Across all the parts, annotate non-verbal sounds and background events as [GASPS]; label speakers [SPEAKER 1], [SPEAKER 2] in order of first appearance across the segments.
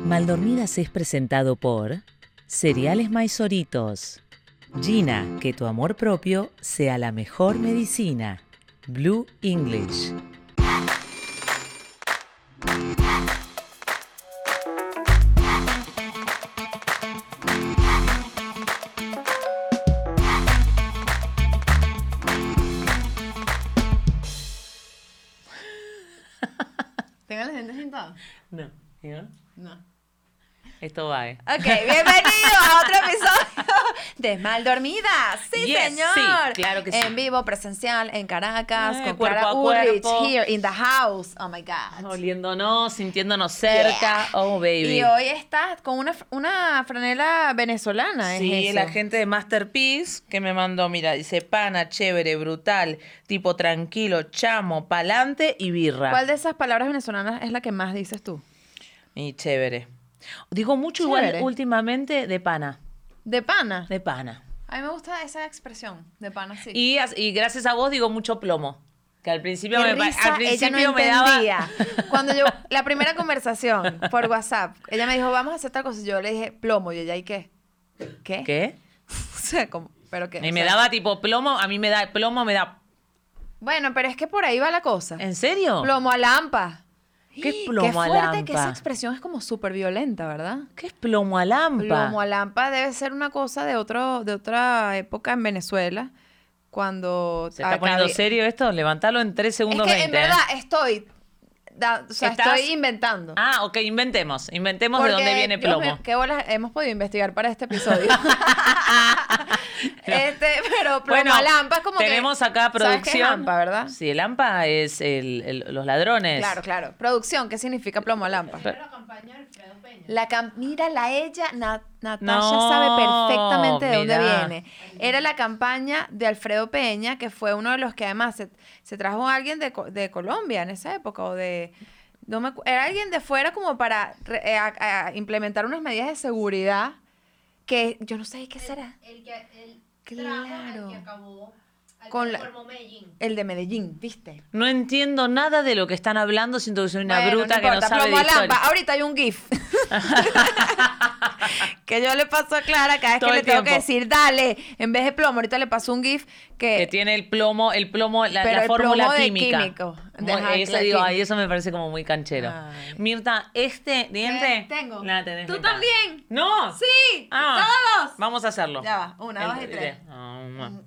[SPEAKER 1] Maldormidas es presentado por Cereales Maizoritos, Gina, que tu amor propio sea la mejor medicina, Blue English.
[SPEAKER 2] ¿Tengo la gente sentada?
[SPEAKER 1] No, ¿yo?
[SPEAKER 2] No.
[SPEAKER 1] Esto va, ¿eh?
[SPEAKER 2] Ok, bienvenidos a otro episodio de Mal Dormidas. Sí,
[SPEAKER 1] Yes,
[SPEAKER 2] señor.
[SPEAKER 1] sí, claro que sí.
[SPEAKER 2] En vivo, presencial, en Caracas,
[SPEAKER 1] Eh,
[SPEAKER 2] con
[SPEAKER 1] cuerpo
[SPEAKER 2] Clara
[SPEAKER 1] a
[SPEAKER 2] Ulrich,
[SPEAKER 1] cuerpo.
[SPEAKER 2] here in the house. Oh my God.
[SPEAKER 1] Oliéndonos, sintiéndonos cerca. Oh, baby.
[SPEAKER 2] Y hoy estás con una, una franela venezolana, ¿es
[SPEAKER 3] Sí,
[SPEAKER 2] eso?
[SPEAKER 3] la gente de Masterpiece que me mandó, mira, dice pana, chévere, brutal, tipo tranquilo, chamo, pa'lante y birra.
[SPEAKER 2] ¿Cuál de esas palabras venezolanas es la que más dices tú?
[SPEAKER 3] Y chévere. Digo mucho
[SPEAKER 2] Chévere.
[SPEAKER 3] igual últimamente de pana,
[SPEAKER 2] De pana.
[SPEAKER 3] de pana.
[SPEAKER 2] A mí me gusta esa expresión, de pana, sí.
[SPEAKER 3] Y, as- y gracias a vos digo mucho plomo, que al principio me,
[SPEAKER 2] Qué
[SPEAKER 3] pa-
[SPEAKER 2] risa,
[SPEAKER 3] al principio
[SPEAKER 2] ella no
[SPEAKER 3] me daba... [LAUGHS]
[SPEAKER 2] entendía. [LAUGHS] Cuando yo, la primera conversación por WhatsApp, ella me dijo, vamos a hacer tal cosa. Yo le dije, plomo. Y ella, ¿y qué? ¿Qué?
[SPEAKER 3] ¿Qué?
[SPEAKER 2] [LAUGHS] O sea, como, ¿pero qué?
[SPEAKER 3] Y
[SPEAKER 2] O
[SPEAKER 3] me
[SPEAKER 2] sea,
[SPEAKER 3] daba tipo plomo, a mí me da plomo, me da...
[SPEAKER 2] Bueno, pero es que por ahí va la cosa.
[SPEAKER 3] ¿En serio?
[SPEAKER 2] Plomo a lampa.
[SPEAKER 3] ¿Qué es
[SPEAKER 2] ¡Ih!
[SPEAKER 3] plomo a
[SPEAKER 2] Qué fuerte que
[SPEAKER 3] lampa?
[SPEAKER 2] esa expresión es como súper violenta, ¿verdad?
[SPEAKER 3] ¿Qué es plomo a lampa?
[SPEAKER 2] Plomo a lampa debe ser una cosa de, otro, de otra época en Venezuela, cuando...
[SPEAKER 3] ¿Se está
[SPEAKER 2] acá
[SPEAKER 3] poniendo
[SPEAKER 2] había-
[SPEAKER 3] serio esto? Levantalo en 3
[SPEAKER 2] Es
[SPEAKER 3] segundos
[SPEAKER 2] que
[SPEAKER 3] 20.
[SPEAKER 2] en
[SPEAKER 3] ¿eh?
[SPEAKER 2] verdad estoy... da- o sea,
[SPEAKER 3] Estás-
[SPEAKER 2] estoy inventando.
[SPEAKER 3] Ah, ok, inventemos. Inventemos de dónde
[SPEAKER 2] Porque,
[SPEAKER 3] viene
[SPEAKER 2] Dios
[SPEAKER 3] plomo.
[SPEAKER 2] mío, qué bolas hemos podido investigar para
[SPEAKER 3] [LAUGHS]
[SPEAKER 2] este episodio. [LAUGHS] este, pero plomo a lampa es como que-
[SPEAKER 3] tenemos acá
[SPEAKER 2] ¿sabes qué es
[SPEAKER 3] producción.
[SPEAKER 2] lampa, ¿verdad?
[SPEAKER 3] Sí, el AMPA es el- el- los ladrones.
[SPEAKER 2] Claro, claro. Producción, ¿qué significa plomo a lampa? La cam- mira, la ella, Na- Natasha
[SPEAKER 3] No,
[SPEAKER 2] sabe perfectamente de dónde
[SPEAKER 3] mirá.
[SPEAKER 2] viene. Era la campaña de Alfredo Peña, que fue uno de los que además se, se trajo a alguien de, Co- de Colombia en esa época, o de... No me, acu- era alguien de fuera como para re- eh, a- a implementar unas medidas de seguridad que yo no sé qué será.
[SPEAKER 4] El que el
[SPEAKER 2] Claro.
[SPEAKER 4] trajo al que acabó al
[SPEAKER 2] Con
[SPEAKER 4] que
[SPEAKER 2] la-
[SPEAKER 4] formó Medellín.
[SPEAKER 2] El de Medellín, ¿viste?
[SPEAKER 3] No entiendo nada de lo que están hablando, siento que soy una
[SPEAKER 2] Bueno,
[SPEAKER 3] bruta que no
[SPEAKER 2] importa,
[SPEAKER 3] sabe de
[SPEAKER 2] plomo a
[SPEAKER 3] historia.
[SPEAKER 2] Lampa. Ahorita hay un
[SPEAKER 3] [LAUGHS]
[SPEAKER 2] GIF. que yo le paso a Clara cada vez
[SPEAKER 3] Todo
[SPEAKER 2] que le
[SPEAKER 3] el
[SPEAKER 2] tengo que
[SPEAKER 3] tiempo.
[SPEAKER 2] decir, dale, en vez de plomo, ahorita le paso un GIF que...
[SPEAKER 3] Que tiene el plomo, el plomo, la,
[SPEAKER 2] Pero
[SPEAKER 3] la
[SPEAKER 2] el
[SPEAKER 3] fórmula
[SPEAKER 2] plomo de
[SPEAKER 3] química.
[SPEAKER 2] químico. De-
[SPEAKER 3] Muy-
[SPEAKER 2] ajá,
[SPEAKER 3] eso
[SPEAKER 2] claro,
[SPEAKER 3] digo,
[SPEAKER 2] químico.
[SPEAKER 3] ay, eso me parece como muy canchero.
[SPEAKER 2] Ay.
[SPEAKER 3] Mirta, este diente.
[SPEAKER 2] Eh, tengo.
[SPEAKER 3] La tenés,
[SPEAKER 2] ¿Tú
[SPEAKER 3] Mirta.
[SPEAKER 2] también?
[SPEAKER 3] ¡No!
[SPEAKER 2] Sí,
[SPEAKER 3] Ah,
[SPEAKER 2] todos.
[SPEAKER 3] Vamos a hacerlo.
[SPEAKER 2] Ya va, una, dos y tres. Mm.
[SPEAKER 3] Ah, bueno.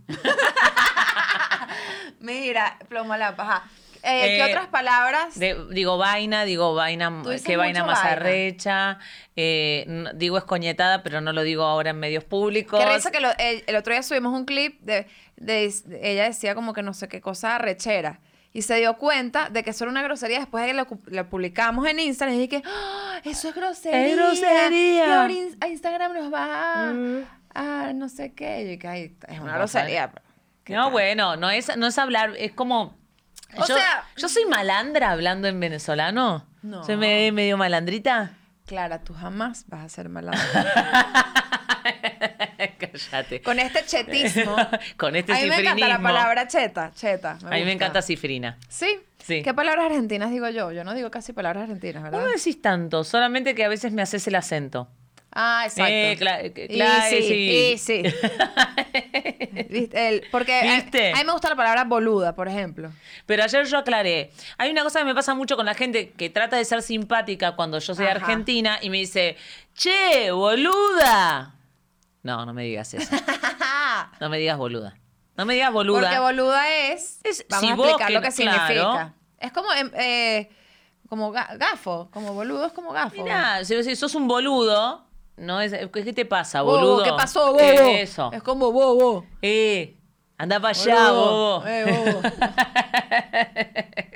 [SPEAKER 2] Mira, plomo a Lampa, ajá. Eh, ¿Qué
[SPEAKER 3] Eh,
[SPEAKER 2] otras palabras?
[SPEAKER 3] De- digo vaina, digo vaina, eh,
[SPEAKER 2] Tú dices
[SPEAKER 3] qué vaina
[SPEAKER 2] mucho
[SPEAKER 3] más
[SPEAKER 2] vaina.
[SPEAKER 3] arrecha, eh, n- digo escoñetada, pero no lo digo ahora en medios públicos.
[SPEAKER 2] Qué risa que lo- el, el otro día subimos un clip de, de- de- ella decía como que no sé qué cosa rechera. Y se dio cuenta de que eso era una grosería. Después de que la, cu- la publicamos en Instagram, y dije, ¡Ah, eso es grosería.
[SPEAKER 3] Es grosería.
[SPEAKER 2] Y ahora ins- a Instagram nos va a,
[SPEAKER 3] Mm.
[SPEAKER 2] a no sé qué. Y yo dije, "Ay, es una
[SPEAKER 3] No,
[SPEAKER 2] grosería. pero-
[SPEAKER 3] eh, No, bueno, no es, no es hablar, es como...
[SPEAKER 2] O
[SPEAKER 3] yo,
[SPEAKER 2] sea-
[SPEAKER 3] yo soy malandra hablando en venezolano.
[SPEAKER 2] No.
[SPEAKER 3] ¿Se me ve medio
[SPEAKER 2] [LAUGHS]
[SPEAKER 3] malandrita?
[SPEAKER 2] Clara, tú jamás vas a ser mala.
[SPEAKER 3] Cállate.
[SPEAKER 2] Con este chetismo.
[SPEAKER 3] Con [LAUGHS] este
[SPEAKER 2] a mí me encanta la
[SPEAKER 3] cifrinismo.
[SPEAKER 2] palabra cheta. Cheta.
[SPEAKER 3] a mí me
[SPEAKER 2] gusta.
[SPEAKER 3] encanta cifrina.
[SPEAKER 2] ¿Sí?
[SPEAKER 3] Sí.
[SPEAKER 2] ¿Qué palabras argentinas digo yo? Yo no digo casi palabras argentinas, ¿verdad?
[SPEAKER 3] Vos No decís tanto, solamente que a veces me haces el acento.
[SPEAKER 2] Ah, exacto.
[SPEAKER 3] Eh, cla- que-
[SPEAKER 2] Y
[SPEAKER 3] claro,
[SPEAKER 2] sí,
[SPEAKER 3] sí. [LAUGHS]
[SPEAKER 2] y sí. Viste, el- porque a-
[SPEAKER 3] ¿Viste?
[SPEAKER 2] A, mí me gusta la palabra boluda, por ejemplo.
[SPEAKER 3] Pero ayer yo aclaré. Hay una cosa que me pasa mucho con la gente que trata de ser simpática cuando yo soy de
[SPEAKER 2] Ajá.
[SPEAKER 3] argentina y me dice, che, boluda. No, no me digas
[SPEAKER 2] [LAUGHS]
[SPEAKER 3] eso. No me digas boluda. No me digas boluda.
[SPEAKER 2] Porque boluda es,
[SPEAKER 3] Es-
[SPEAKER 2] vamos
[SPEAKER 3] si
[SPEAKER 2] a
[SPEAKER 3] vos
[SPEAKER 2] explicar
[SPEAKER 3] que-
[SPEAKER 2] lo que
[SPEAKER 3] claro.
[SPEAKER 2] significa. Es como em, eh, como ga- gafo, como boludo es como gafo.
[SPEAKER 3] Mirá, si, si sos un boludo, no es, ¿qué te pasa,
[SPEAKER 2] Bobo,
[SPEAKER 3] boludo?
[SPEAKER 2] ¿Qué pasó, bobo?
[SPEAKER 3] Eh, eso.
[SPEAKER 2] Es como bobo.
[SPEAKER 3] Eh, anda para allá,
[SPEAKER 2] Boludo.
[SPEAKER 3] bobo.
[SPEAKER 2] Eh,
[SPEAKER 3] [LAUGHS]
[SPEAKER 2] bobo.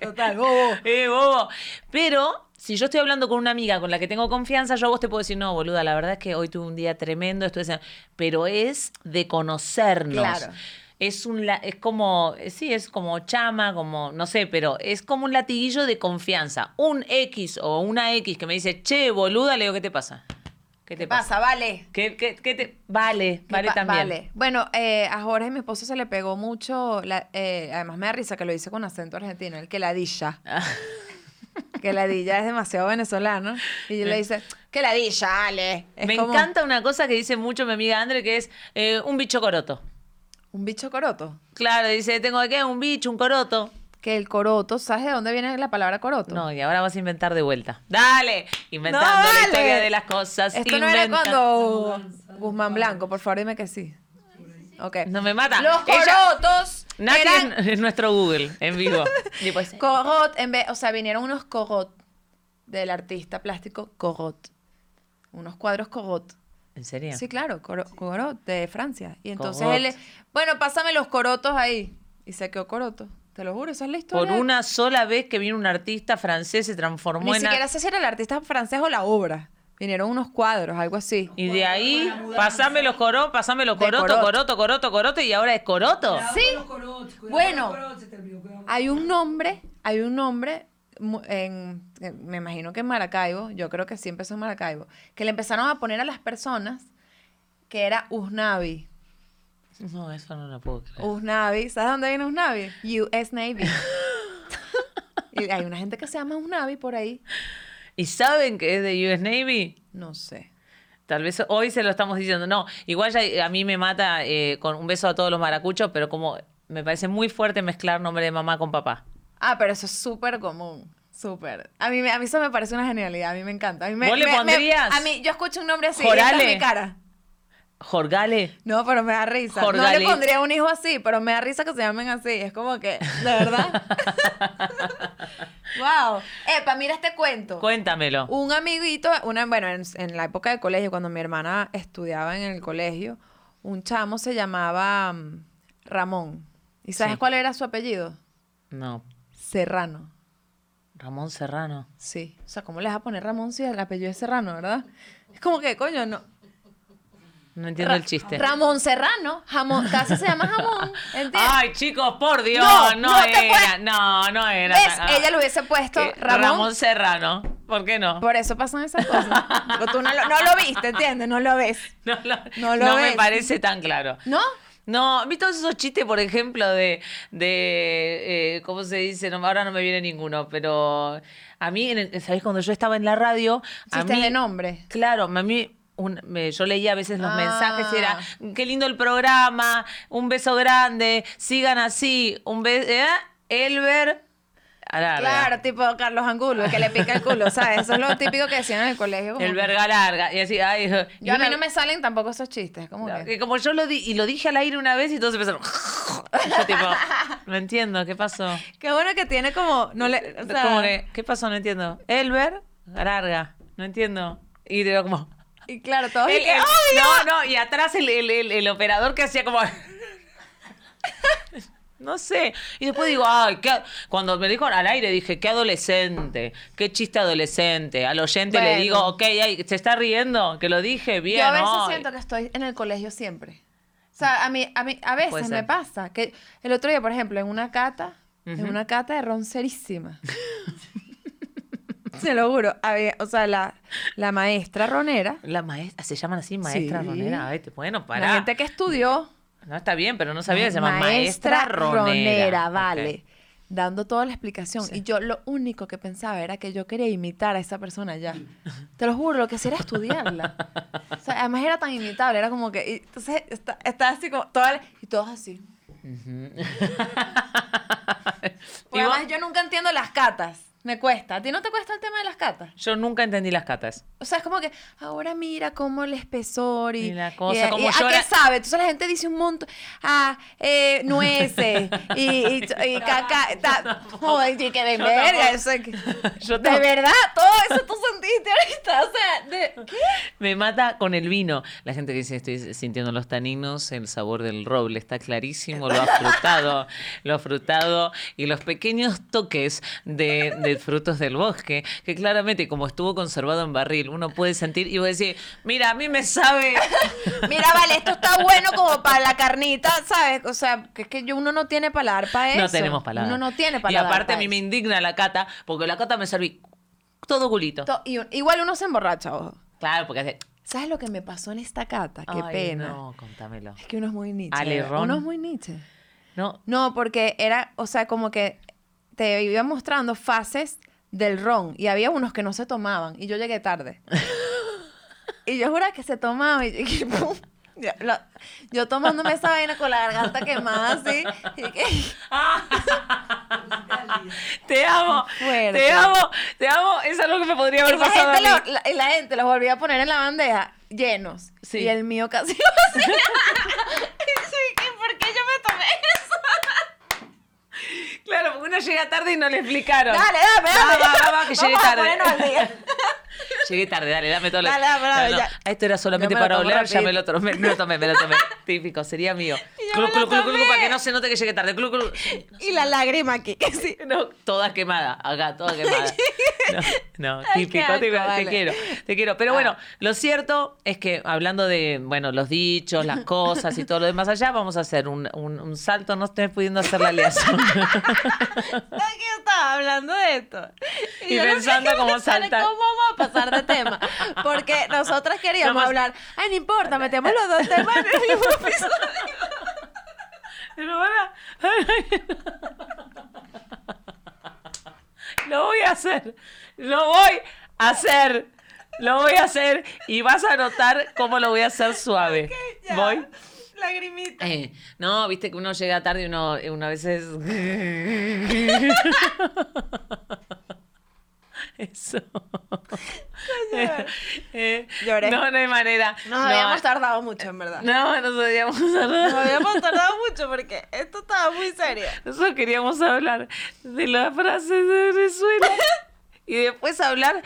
[SPEAKER 2] Total, bobo.
[SPEAKER 3] Eh, bobo. Pero si yo estoy hablando con una amiga con la que tengo confianza, yo a vos te puedo decir, no, boluda, la verdad es que hoy tuve un día tremendo, estuve cenando". pero es de conocernos.
[SPEAKER 2] Claro.
[SPEAKER 3] Es un la- es como, eh, sí, es como chama, como, no sé, pero es como un latiguillo de confianza. Un X o una X que me dice, che, boluda, le digo, ¿qué te pasa? ¿Qué te
[SPEAKER 2] ¿Qué pasa, vale?
[SPEAKER 3] ¿Qué, qué- qué te... Vale,
[SPEAKER 2] Que
[SPEAKER 3] vale
[SPEAKER 2] pa-
[SPEAKER 3] también.
[SPEAKER 2] Vale. Bueno, eh, a Jorge, mi esposo, se le pegó mucho. la- eh, además, me da risa que lo dice con acento argentino, el que la dilla. Que ladilla es demasiado venezolano. Y yo le dice, que ladilla, Ale.
[SPEAKER 3] [LAUGHS]
[SPEAKER 2] Es
[SPEAKER 3] Me
[SPEAKER 2] como
[SPEAKER 3] encanta una cosa que dice mucho mi amiga Andre, que es eh, un bicho coroto.
[SPEAKER 2] Un bicho coroto.
[SPEAKER 3] Claro, dice, tengo aquí un bicho, un coroto.
[SPEAKER 2] Que el coroto, ¿sabes de dónde viene la palabra coroto?
[SPEAKER 3] No, y ahora vas a inventar de vuelta. Dale, inventando la
[SPEAKER 2] dale.
[SPEAKER 3] historia de las cosas.
[SPEAKER 2] Esto no era
[SPEAKER 3] inventa-
[SPEAKER 2] cuando Guzmán Blanco, por favor dime que sí. Ok.
[SPEAKER 3] No me mata.
[SPEAKER 2] Los
[SPEAKER 3] Ella-
[SPEAKER 2] corotos
[SPEAKER 3] Nati
[SPEAKER 2] eran
[SPEAKER 3] es, es nuestro Google en
[SPEAKER 2] [LAUGHS]
[SPEAKER 3] vivo. Y pues,
[SPEAKER 2] corot en vez, o sea, vinieron unos corot del artista plástico corot. Unos cuadros corot.
[SPEAKER 3] ¿En serio?
[SPEAKER 2] Sí, claro, coro- corot de Francia. Y entonces
[SPEAKER 3] Corot.
[SPEAKER 2] él, le- bueno, pásame los corotos ahí. Y se quedó coroto. Te lo juro, esa es la historia.
[SPEAKER 3] Por una sola vez que vino un artista francés se transformó
[SPEAKER 2] Ni
[SPEAKER 3] en a-
[SPEAKER 2] siquiera sé si era el artista francés o la obra. Vinieron unos cuadros, algo así.
[SPEAKER 3] Y de ahí, pasame los corotos, pasame los
[SPEAKER 2] De
[SPEAKER 3] coroto,
[SPEAKER 2] coroto.
[SPEAKER 3] coroto, coroto, coroto, y ahora es coroto.
[SPEAKER 2] Sí. Bueno.
[SPEAKER 5] Bueno.
[SPEAKER 2] Hay un nombre, hay un nombre mu- en, en- me imagino que en Maracaibo, yo creo que sí empezó en Maracaibo, que le empezaron a poner a las personas que era Usnavi.
[SPEAKER 3] No, eso no lo puedo creer.
[SPEAKER 2] Usnavi, ¿sabes dónde viene Usnavi?
[SPEAKER 3] [LAUGHS]
[SPEAKER 2] US Navy. y hay una gente que se llama Usnavi por ahí.
[SPEAKER 3] ¿Y saben que es de US Navy?
[SPEAKER 2] No sé.
[SPEAKER 3] Tal vez hoy se lo estamos diciendo. No, igual ya a mí me mata eh, con un beso a todos los maracuchos, pero como me parece muy fuerte mezclar nombre de mamá con papá.
[SPEAKER 2] Ah, pero eso es súper común. Súper. A mí, me- a mí eso me parece una genialidad. A mí me encanta. A mí me,
[SPEAKER 3] ¿Vos le
[SPEAKER 2] me- me-
[SPEAKER 3] pondrías?
[SPEAKER 2] a mí, yo escucho un nombre así. y esta es
[SPEAKER 3] Jorale.
[SPEAKER 2] mi cara.
[SPEAKER 3] Jorgale.
[SPEAKER 2] No, pero me da risa. No
[SPEAKER 3] Jorgale.
[SPEAKER 2] le pondría a un hijo así, pero me da risa que se llamen así. Es como que, de
[SPEAKER 3] [LAUGHS]
[SPEAKER 2] verdad. [LAUGHS] wow. Epa, mira este cuento.
[SPEAKER 3] Cuéntamelo.
[SPEAKER 2] Un amiguito, una, bueno, en, en la época del colegio, cuando mi hermana estudiaba en el colegio, un chamo se llamaba mm, Ramón. ¿Y sabes
[SPEAKER 3] Sí.
[SPEAKER 2] cuál era su apellido?
[SPEAKER 3] No,
[SPEAKER 2] Serrano.
[SPEAKER 3] Ramón Serrano.
[SPEAKER 2] Sí. O sea, ¿cómo le vas a poner Ramón si el apellido es Serrano, verdad? Es como que, coño, no.
[SPEAKER 3] No entiendo
[SPEAKER 2] Ra-
[SPEAKER 3] el chiste. [LAUGHS]
[SPEAKER 2] Ramón Serrano, jamón, casi se llama jamón. ¿entiendes?
[SPEAKER 3] Ay, chicos, por Dios,
[SPEAKER 2] No,
[SPEAKER 3] no,
[SPEAKER 2] no te
[SPEAKER 3] era.
[SPEAKER 2] puedo-
[SPEAKER 3] No, no era.
[SPEAKER 2] ¿Ves?
[SPEAKER 3] Ah,
[SPEAKER 2] Ella lo hubiese puesto
[SPEAKER 3] que-
[SPEAKER 2] Ramón.
[SPEAKER 3] Serrano. ¿Por qué no? [LAUGHS]
[SPEAKER 2] Por eso pasan esas cosas. Porque tú no lo, no lo viste, ¿entiendes? No lo ves.
[SPEAKER 3] No, lo-
[SPEAKER 2] No lo
[SPEAKER 3] no me
[SPEAKER 2] ves.
[SPEAKER 3] parece tan claro.
[SPEAKER 2] ¿No?
[SPEAKER 3] No, ¿viste todos esos chistes, por ejemplo, de, de eh, ¿cómo se dice? No, ahora no me viene ninguno, pero a mí, en el- ¿sabés? Cuando yo estaba en la radio, a
[SPEAKER 2] Chistes
[SPEAKER 3] mí,
[SPEAKER 2] de nombre.
[SPEAKER 3] Claro, a mí un- me- yo leía a veces los
[SPEAKER 2] Ah.
[SPEAKER 3] mensajes y era, qué lindo el programa, un beso grande, sigan así, un beso, ¿eh? Elber. Alarga.
[SPEAKER 2] Claro, tipo Carlos Angulo, el que le pica el culo, ¿sabes? Eso es lo típico que decían en el colegio. como
[SPEAKER 3] El
[SPEAKER 2] que-
[SPEAKER 3] verga larga. Y así, ay, y
[SPEAKER 2] Yo a mí
[SPEAKER 3] una-
[SPEAKER 2] no me salen tampoco esos chistes. Como que-
[SPEAKER 3] que como yo lo di, y lo dije al aire una vez y todos empezaron. [LAUGHS] Y yo tipo, no entiendo, ¿qué pasó?
[SPEAKER 2] Qué bueno que tiene como. No le, o sea,
[SPEAKER 3] Como que, ¿qué pasó? No entiendo. Elber, larga, no entiendo. Y digo como.
[SPEAKER 2] Y claro, todos.
[SPEAKER 3] el-
[SPEAKER 2] y que,
[SPEAKER 3] el-
[SPEAKER 2] ¡ay!
[SPEAKER 3] no, no, y atrás el, el- el- el operador que hacía como. [LAUGHS] No sé. Y después digo, ay, qué a-". cuando me dijo al aire dije, qué adolescente, qué chiste adolescente. Al oyente
[SPEAKER 2] Bueno.
[SPEAKER 3] le digo, ok, ay, se está riendo, que lo dije bien.
[SPEAKER 2] Yo a veces
[SPEAKER 3] ay".
[SPEAKER 2] siento que estoy en el colegio siempre. O sea, a mí, a mí, a veces
[SPEAKER 3] Puede
[SPEAKER 2] me
[SPEAKER 3] ser.
[SPEAKER 2] pasa que el otro día, por ejemplo, en una cata, en una cata de roncerísima. [LAUGHS] Se lo juro. había- o sea, la, la maestra ronera,
[SPEAKER 3] La maestra, se llaman así, maestra
[SPEAKER 2] Sí.
[SPEAKER 3] ronera. Ay, te- bueno,
[SPEAKER 2] la
[SPEAKER 3] pará.
[SPEAKER 2] gente que estudió,
[SPEAKER 3] No está bien, pero no sabía que se llama maestra, ronera. Ok.
[SPEAKER 2] vale.
[SPEAKER 3] [LAUGHS]
[SPEAKER 2] Dando toda la explicación. Y yo lo único que pensaba era que yo quería imitar a esa persona ya. Te lo juro, lo que hacía era estudiarla. O sea, además era tan imitable, era como que. y entonces está- estaba así como. toda la- y todos así.
[SPEAKER 3] Y
[SPEAKER 2] Porque
[SPEAKER 3] vos-
[SPEAKER 2] además yo nunca entiendo las catas. Me cuesta. ¿A ti no te cuesta el tema de las catas?
[SPEAKER 3] yo nunca entendí las catas.
[SPEAKER 2] O sea, es como que ahora mira cómo el espesor y,
[SPEAKER 3] Y la cosa,
[SPEAKER 2] y-
[SPEAKER 3] cómo
[SPEAKER 2] y ¿a
[SPEAKER 3] llora.
[SPEAKER 2] qué sabe? Entonces la gente dice un montón, ah, eh, nueces y, y,
[SPEAKER 3] [LAUGHS]
[SPEAKER 2] y caca, ta- joder, y que de
[SPEAKER 3] Yo
[SPEAKER 2] verga,
[SPEAKER 3] tampoco.
[SPEAKER 2] eso es que-
[SPEAKER 3] [LAUGHS] Yo
[SPEAKER 2] de
[SPEAKER 3] tampoco.
[SPEAKER 2] verdad, todo eso tú sentiste ahorita, o sea, de- ¿qué?
[SPEAKER 3] Me mata con el vino. La gente que dice, estoy sintiendo los taninos, el sabor del roble está clarísimo, lo afrutado,
[SPEAKER 2] [LAUGHS]
[SPEAKER 3] lo afrutado y los pequeños toques de, de frutos del bosque, que claramente como estuvo conservado en barril, uno puede sentir y vos decís, mira, a mí me sabe...
[SPEAKER 2] Mira, vale, esto está bueno como para la carnita, ¿sabes? O sea, que es que yo, uno no tiene palabra para eso.
[SPEAKER 3] No tenemos palabras.
[SPEAKER 2] Uno no tiene
[SPEAKER 3] Y
[SPEAKER 2] palabra
[SPEAKER 3] aparte a mí me indigna la cata, porque la cata me serví todo culito.
[SPEAKER 2] igual uno se emborracha, ojo.
[SPEAKER 3] claro, porque hace...
[SPEAKER 2] ¿Sabes lo que me pasó en esta cata? Qué
[SPEAKER 3] Ay,
[SPEAKER 2] pena.
[SPEAKER 3] No, contámelo.
[SPEAKER 2] Es que uno es muy Nietzsche.
[SPEAKER 3] Ale
[SPEAKER 2] ¿verdad?
[SPEAKER 3] Ron.
[SPEAKER 2] Uno es muy Nietzsche.
[SPEAKER 3] No,
[SPEAKER 2] No, porque era, o sea, como que te iba mostrando fases del ron y había unos que no se tomaban y yo llegué
[SPEAKER 3] [LAUGHS]
[SPEAKER 2] tarde. y yo juraba que se tomaban y, y pum, yo, lo- yo tomándome esa vaina con la garganta quemada así. y que-
[SPEAKER 3] Te amo,
[SPEAKER 2] [LAUGHS] Fuerte.
[SPEAKER 3] te amo, te amo. Eso es lo que me podría
[SPEAKER 2] y
[SPEAKER 3] haber
[SPEAKER 2] la
[SPEAKER 3] pasado
[SPEAKER 2] gente
[SPEAKER 3] a
[SPEAKER 2] lo-
[SPEAKER 3] mí.
[SPEAKER 2] la- y la gente los volvía a poner en la bandeja llenos.
[SPEAKER 3] Sí.
[SPEAKER 2] Y el mío casi [LAUGHS]
[SPEAKER 3] [LAUGHS]
[SPEAKER 2] vacío. Y yo, ¿qué- ¿Por qué yo me tomé eso?
[SPEAKER 3] Claro, porque uno llega tarde y no le explicaron.
[SPEAKER 2] Dale, dame,
[SPEAKER 3] Va,
[SPEAKER 2] dame.
[SPEAKER 3] va, va, va, que
[SPEAKER 2] Vamos
[SPEAKER 3] llegué
[SPEAKER 2] a
[SPEAKER 3] tarde.
[SPEAKER 2] ponernos al día.
[SPEAKER 3] Llegué tarde, dale, dame todo lo-
[SPEAKER 2] [LAUGHS] Dale, dame, dame, ya.
[SPEAKER 3] Esto era solamente
[SPEAKER 2] Yo me lo
[SPEAKER 3] para
[SPEAKER 2] tomo
[SPEAKER 3] oler, ya
[SPEAKER 2] rapidito.
[SPEAKER 3] me lo tomé, me lo tomé, me lo tomé. [LAUGHS] Típico, sería
[SPEAKER 2] [LAUGHS]
[SPEAKER 3] mío.
[SPEAKER 2] yo
[SPEAKER 3] Clu,
[SPEAKER 2] me
[SPEAKER 3] clu,
[SPEAKER 2] lo
[SPEAKER 3] clu, clu,
[SPEAKER 2] tomé.
[SPEAKER 3] para que no se note que llegué tarde. Clu, clu.
[SPEAKER 2] [LAUGHS] Y la lágrima aquí. que sí.
[SPEAKER 3] [LAUGHS] No, toda quemada, acá, toda
[SPEAKER 2] [LAUGHS]
[SPEAKER 3] quemada. No, no,
[SPEAKER 2] Ay, qué
[SPEAKER 3] típico,
[SPEAKER 2] asco,
[SPEAKER 3] típico,
[SPEAKER 2] vale. Ah.
[SPEAKER 3] te quiero, te quiero. Pero bueno, lo cierto es que hablando de, bueno, los dichos, las cosas y todo lo demás allá, vamos a hacer un, un- un salto, no estoy pudiendo hacer la aleación.
[SPEAKER 2] [LAUGHS] ¿Sabes que yo estaba hablando de esto?
[SPEAKER 3] Y
[SPEAKER 2] yo no sé
[SPEAKER 3] pensando
[SPEAKER 2] qué
[SPEAKER 3] cómo
[SPEAKER 2] me sale,
[SPEAKER 3] saltar.
[SPEAKER 2] ¿Cómo vamos a pasar de tema? Porque nosotras queríamos
[SPEAKER 3] Nomás-
[SPEAKER 2] hablar. Ay, no importa, metemos los dos temas en el mismo episodio.
[SPEAKER 3] [LAUGHS] Pero ahora, [LAUGHS] Lo voy a hacer. Lo voy a hacer. Lo voy a hacer. Y vas a notar cómo lo voy a hacer suave.
[SPEAKER 2] Ya.
[SPEAKER 3] Voy.
[SPEAKER 2] Lagrimita.
[SPEAKER 3] Eh, no, viste que uno llega tarde y uno, eh, uno a veces. [LAUGHS] Eso. Eh,
[SPEAKER 2] Lloré.
[SPEAKER 3] No, no hay manera.
[SPEAKER 2] Nos
[SPEAKER 3] No,
[SPEAKER 2] habíamos tardado mucho, en verdad.
[SPEAKER 3] No, nos habíamos
[SPEAKER 2] eh, Nos habíamos tardado mucho porque esto estaba muy serio.
[SPEAKER 3] Nosotros queríamos hablar de la frase de
[SPEAKER 2] [LAUGHS]
[SPEAKER 3] Venezuela y después hablar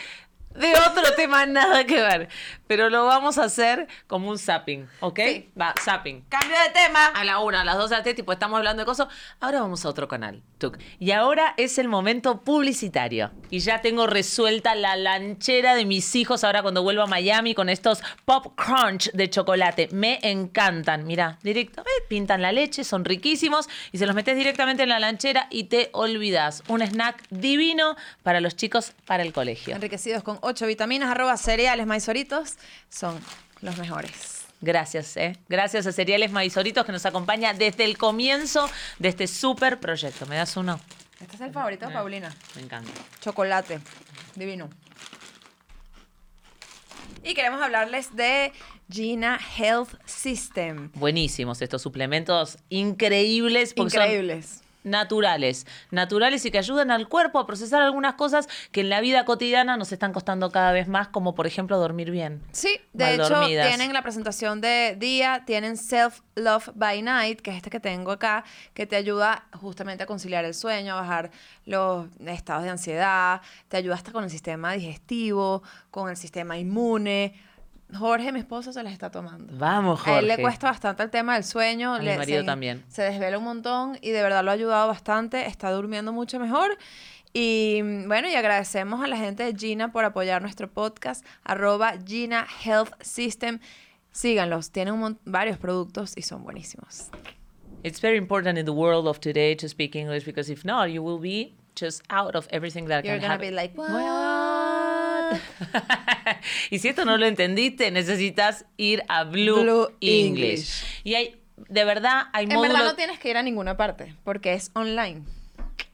[SPEAKER 3] de otro tema nada que ver. Pero lo vamos a hacer como un zapping, ¿ok?
[SPEAKER 2] Sí.
[SPEAKER 3] Va, zapping.
[SPEAKER 2] Cambio de tema.
[SPEAKER 3] A la una, a las dos, a las tres, tipo, estamos hablando de cosas. Ahora vamos a otro canal. tuc. Y ahora es el momento publicitario. Y ya tengo resuelta la lanchera de mis hijos ahora cuando vuelvo a Miami con estos Pop Crunch de chocolate. Me encantan. Mirá, directo. eh, Pintan la leche, son riquísimos. Y se los metes directamente en la lanchera y te olvidas. Un snack divino para los chicos, para el colegio.
[SPEAKER 2] Enriquecidos con 8 vitaminas, arroba cereales, maizoritos, son los mejores.
[SPEAKER 3] Gracias, ¿eh? Gracias a Cereales Maizoritos que nos acompaña desde el comienzo de este super proyecto. ¿Me das uno?
[SPEAKER 2] Este es el favorito de Paulina.
[SPEAKER 3] Me encanta.
[SPEAKER 2] Chocolate. Divino. Y queremos hablarles de Gina Health System.
[SPEAKER 3] Buenísimos estos suplementos increíbles porque son
[SPEAKER 2] Increíbles.
[SPEAKER 3] naturales, naturales y que ayudan al cuerpo a procesar algunas cosas que en la vida cotidiana nos están costando cada vez más, como por ejemplo dormir bien.
[SPEAKER 2] Sí, de
[SPEAKER 3] Mal
[SPEAKER 2] hecho
[SPEAKER 3] dormidas.
[SPEAKER 2] tienen la presentación de día, tienen Self Love by Night, que es este que tengo acá, que te ayuda justamente a conciliar el sueño, a bajar los estados de ansiedad, te ayuda hasta con el sistema digestivo, con el sistema inmune. Jorge, mi esposo, se las está tomando.
[SPEAKER 3] Vamos, Jorge.
[SPEAKER 2] A él le cuesta bastante el tema del sueño.
[SPEAKER 3] A mi
[SPEAKER 2] le-
[SPEAKER 3] marido
[SPEAKER 2] se,
[SPEAKER 3] también.
[SPEAKER 2] Se desvela un montón y de verdad lo ha ayudado bastante. Está durmiendo mucho mejor. Y mm, bueno, y agradecemos a la gente de Gina por apoyar nuestro podcast, arroba Gina Health System. Síganlos, tienen un mon- varios productos y son buenísimos.
[SPEAKER 3] It's very important in the world of today to speak English because if not, you will be just out of everything that can
[SPEAKER 2] You're gonna
[SPEAKER 3] happen.
[SPEAKER 2] be like, "What?"
[SPEAKER 3] y si esto no lo entendiste, necesitas ir a Blue,
[SPEAKER 2] Blue
[SPEAKER 3] English.
[SPEAKER 2] English.
[SPEAKER 3] Y hay, de verdad, hay
[SPEAKER 2] En verdad
[SPEAKER 3] módulos
[SPEAKER 2] no tienes que ir a ninguna parte porque es online.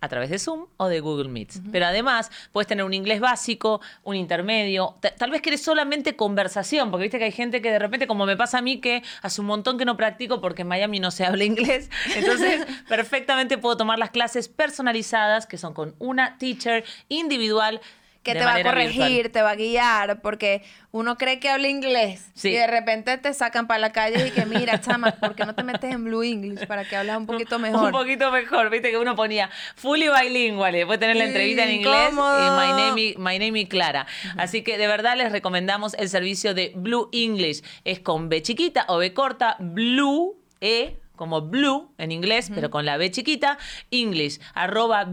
[SPEAKER 3] a través de Zoom o de Google Meets. Pero además, puedes tener un inglés básico, un intermedio. ta- Tal vez querés solamente conversación, porque viste que hay gente que de repente, como me pasa a mí, que hace un montón que no practico porque en Miami no se [LAUGHS] habla inglés.
[SPEAKER 2] [LAUGHS]
[SPEAKER 3] Entonces, perfectamente puedo tomar las clases personalizadas, que son con una teacher individual.
[SPEAKER 2] que
[SPEAKER 3] de
[SPEAKER 2] te va a
[SPEAKER 3] manera
[SPEAKER 2] corregir,
[SPEAKER 3] virtual.
[SPEAKER 2] te va a guiar, porque uno cree que habla inglés
[SPEAKER 3] Sí.
[SPEAKER 2] y de repente te sacan para la calle y que mira, chama, ¿por qué no te metes en Blue English para que hablas un poquito
[SPEAKER 3] [LAUGHS]
[SPEAKER 2] mejor?
[SPEAKER 3] Un poquito mejor, viste que uno ponía fully bilingual y después tener la
[SPEAKER 2] Sí,
[SPEAKER 3] entrevista en inglés
[SPEAKER 2] incómodo.
[SPEAKER 3] y my name, is- my name is Clara. Así que de verdad les recomendamos el servicio de Blue English. Es con B chiquita o B corta, Blue E como blue en inglés, pero con la B chiquita, English, arroba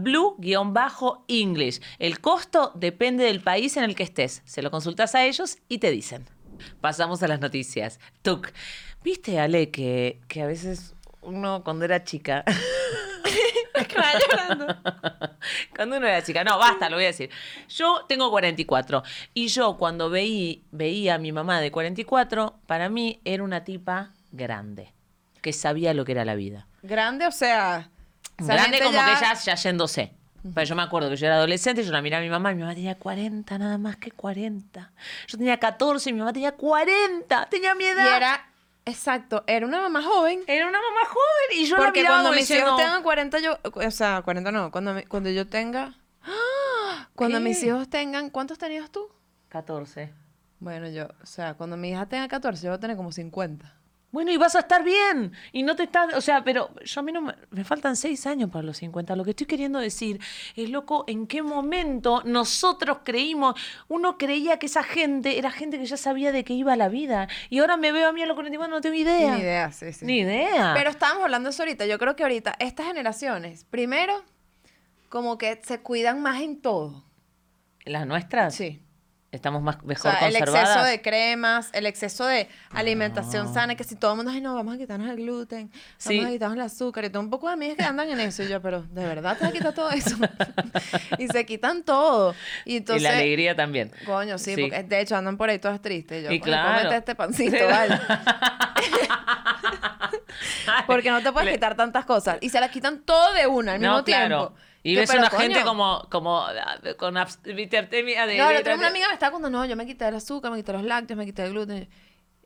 [SPEAKER 3] blue-english. El costo depende del país en el que estés. Se lo consultas a ellos y te dicen. Pasamos a las noticias. Tuk, ¿viste, Ale, que, que a veces uno cuando era chica cuando uno era chica. No, basta, lo voy a decir. Yo tengo 44. Y yo cuando veí, veía a mi mamá de 44, para mí era una tipa grande, que sabía lo que era la vida.
[SPEAKER 2] [LAUGHS] Grande, o sea, esa
[SPEAKER 3] grande
[SPEAKER 2] gente
[SPEAKER 3] como que ya, ya yéndose. Pero yo me acuerdo que yo era adolescente, yo la miraba a mi mamá, y mi mamá tenía 40, nada más que 40. Yo tenía 14 y mi mamá tenía 40, tenía mi edad.
[SPEAKER 2] Y era, exacto, era una mamá joven.
[SPEAKER 3] Era una mamá joven y yo
[SPEAKER 2] porque
[SPEAKER 3] la miraba
[SPEAKER 2] cuando
[SPEAKER 3] como
[SPEAKER 2] mis hijos
[SPEAKER 3] diciendo,
[SPEAKER 2] tengan 40, yo, o sea, 40 no, cuando, mi- cuando yo tenga, [GASPS] ¡Ah! cuando
[SPEAKER 3] ¿Qué?
[SPEAKER 2] mis hijos tengan, ¿cuántos tenías tú?
[SPEAKER 3] 14.
[SPEAKER 2] Bueno, yo, o sea, cuando mi hija tenga 14, yo voy a tener como 50.
[SPEAKER 3] Bueno, y vas a estar bien. Y no te estás. O sea, pero yo a mí no me. Me faltan seis años para los 50. Lo que estoy queriendo decir es, loco, en qué momento nosotros creímos. Uno creía que esa gente era gente que ya sabía de qué iba la vida. Y ahora me veo a mí a los 41, no tengo idea.
[SPEAKER 2] Ni idea, sí, sí.
[SPEAKER 3] Ni idea.
[SPEAKER 2] Pero estábamos hablando de eso ahorita. Yo creo que ahorita estas generaciones, primero, como que se cuidan más en todo.
[SPEAKER 3] Las nuestras.
[SPEAKER 2] Sí.
[SPEAKER 3] Estamos más
[SPEAKER 2] O
[SPEAKER 3] Ah, mejor
[SPEAKER 2] sea, el
[SPEAKER 3] conservadas.
[SPEAKER 2] exceso de cremas, el exceso de alimentación sana, que si todo el mundo, ay, no, vamos a quitarnos el gluten,
[SPEAKER 3] Sí.
[SPEAKER 2] vamos a quitarnos el azúcar, y todo un poco de amigas que andan en eso. Y yo, pero, ¿de verdad te vas a quitar todo eso? [LAUGHS] y se quitan todo. Y entonces...
[SPEAKER 3] y la alegría también.
[SPEAKER 2] Coño, sí, porque de hecho andan por ahí todas tristes. Yo,
[SPEAKER 3] Y
[SPEAKER 2] coño,
[SPEAKER 3] claro.
[SPEAKER 2] cómete
[SPEAKER 3] [LAUGHS]
[SPEAKER 2] este pancito, vale. Porque no te puedes
[SPEAKER 3] Le-
[SPEAKER 2] quitar tantas cosas. Y se las quitan todo de una al mismo tiempo.
[SPEAKER 3] Y
[SPEAKER 2] Yo,
[SPEAKER 3] ves
[SPEAKER 2] pero,
[SPEAKER 3] una
[SPEAKER 2] coño.
[SPEAKER 3] gente como, como ah, con abs- hipertermia de...
[SPEAKER 2] No,
[SPEAKER 3] de-
[SPEAKER 2] la otra vez
[SPEAKER 3] de-
[SPEAKER 2] una amiga me estaba contando, no, yo me quité el azúcar, me quité los lácteos, me quité el gluten.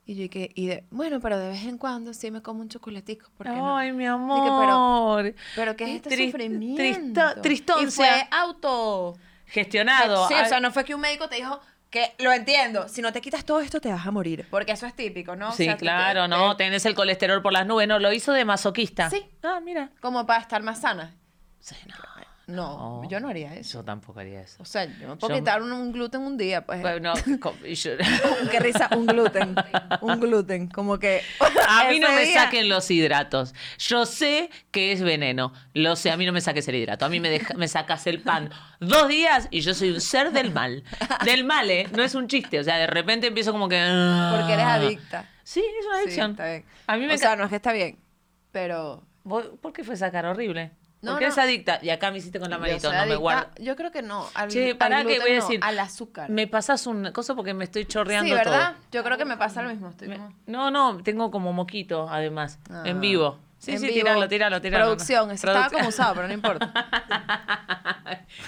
[SPEAKER 2] Y yo, y que, y de, bueno, pero de vez en cuando sí me como un chocolatico. ¿por qué no?
[SPEAKER 3] Ay, mi
[SPEAKER 2] que, pero-
[SPEAKER 3] amor.
[SPEAKER 2] Pero ¿qué es este
[SPEAKER 3] Tris-
[SPEAKER 2] sufrimiento?
[SPEAKER 3] tristo- tristón,
[SPEAKER 2] Y fue auto...
[SPEAKER 3] gestionado. Ah,
[SPEAKER 2] Sí,
[SPEAKER 3] Ay,
[SPEAKER 2] o sea, no fue que un médico te dijo que lo entiendo, si no te quitas todo esto te vas a morir. Porque eso es típico, ¿no? O
[SPEAKER 3] sí,
[SPEAKER 2] sea, que te-
[SPEAKER 3] claro, no,
[SPEAKER 2] te-
[SPEAKER 3] tenés el colesterol por las nubes, no, lo hizo de masoquista.
[SPEAKER 2] Sí.
[SPEAKER 3] Ah, mira.
[SPEAKER 2] Como para estar más sana.
[SPEAKER 3] Sí, no,
[SPEAKER 2] No,
[SPEAKER 3] No.
[SPEAKER 2] yo no haría eso.
[SPEAKER 3] yo tampoco haría eso.
[SPEAKER 2] O sea, yo me puedo
[SPEAKER 3] Yo-
[SPEAKER 2] quitar un, un gluten un día, pues.
[SPEAKER 3] Bueno, co- y yo-
[SPEAKER 2] [LAUGHS] Qué risa,
[SPEAKER 3] [LAUGHS]
[SPEAKER 2] un gluten. Un gluten. Como que.
[SPEAKER 3] a mí no
[SPEAKER 2] ese
[SPEAKER 3] me
[SPEAKER 2] día-
[SPEAKER 3] saquen los hidratos. Yo sé que es veneno. Lo sé, a mí no me saques el hidrato. A mí me, deja- me sacas el pan dos días y yo soy un ser del mal. Del mal, ¿eh? No es un chiste. O sea, de repente empiezo como que... ah,
[SPEAKER 2] Porque eres adicta.
[SPEAKER 3] Sí, es una
[SPEAKER 2] Sí,
[SPEAKER 3] adicción.
[SPEAKER 2] está bien.
[SPEAKER 3] A mí me
[SPEAKER 2] o sea, no es que está bien, pero.
[SPEAKER 3] ¿Vos- ¿Por qué fue sacar horrible?
[SPEAKER 2] No,
[SPEAKER 3] Porque
[SPEAKER 2] no.
[SPEAKER 3] eres adicta. Y acá me hiciste con la
[SPEAKER 2] yo
[SPEAKER 3] manito,
[SPEAKER 2] soy
[SPEAKER 3] no me
[SPEAKER 2] adicta-
[SPEAKER 3] guardo.
[SPEAKER 2] Yo creo que no. Al,
[SPEAKER 3] Che,
[SPEAKER 2] al
[SPEAKER 3] pará que
[SPEAKER 2] gluten
[SPEAKER 3] voy a
[SPEAKER 2] no,
[SPEAKER 3] decir-
[SPEAKER 2] Al azúcar.
[SPEAKER 3] Me pasas una cosa porque me estoy chorreando
[SPEAKER 2] sí, ¿verdad? Yo creo que me pasa lo mismo. Estoy
[SPEAKER 3] todo. Me-
[SPEAKER 2] como-
[SPEAKER 3] No, no, tengo como moquito además,
[SPEAKER 2] Ah.
[SPEAKER 3] en vivo. Sí,
[SPEAKER 2] En
[SPEAKER 3] sí,
[SPEAKER 2] vivo.
[SPEAKER 3] tíralo, tíralo, tíralo.
[SPEAKER 2] Producción, ese estaba
[SPEAKER 3] Produc-
[SPEAKER 2] como usado, pero
[SPEAKER 3] [LAUGHS]
[SPEAKER 2] no importa.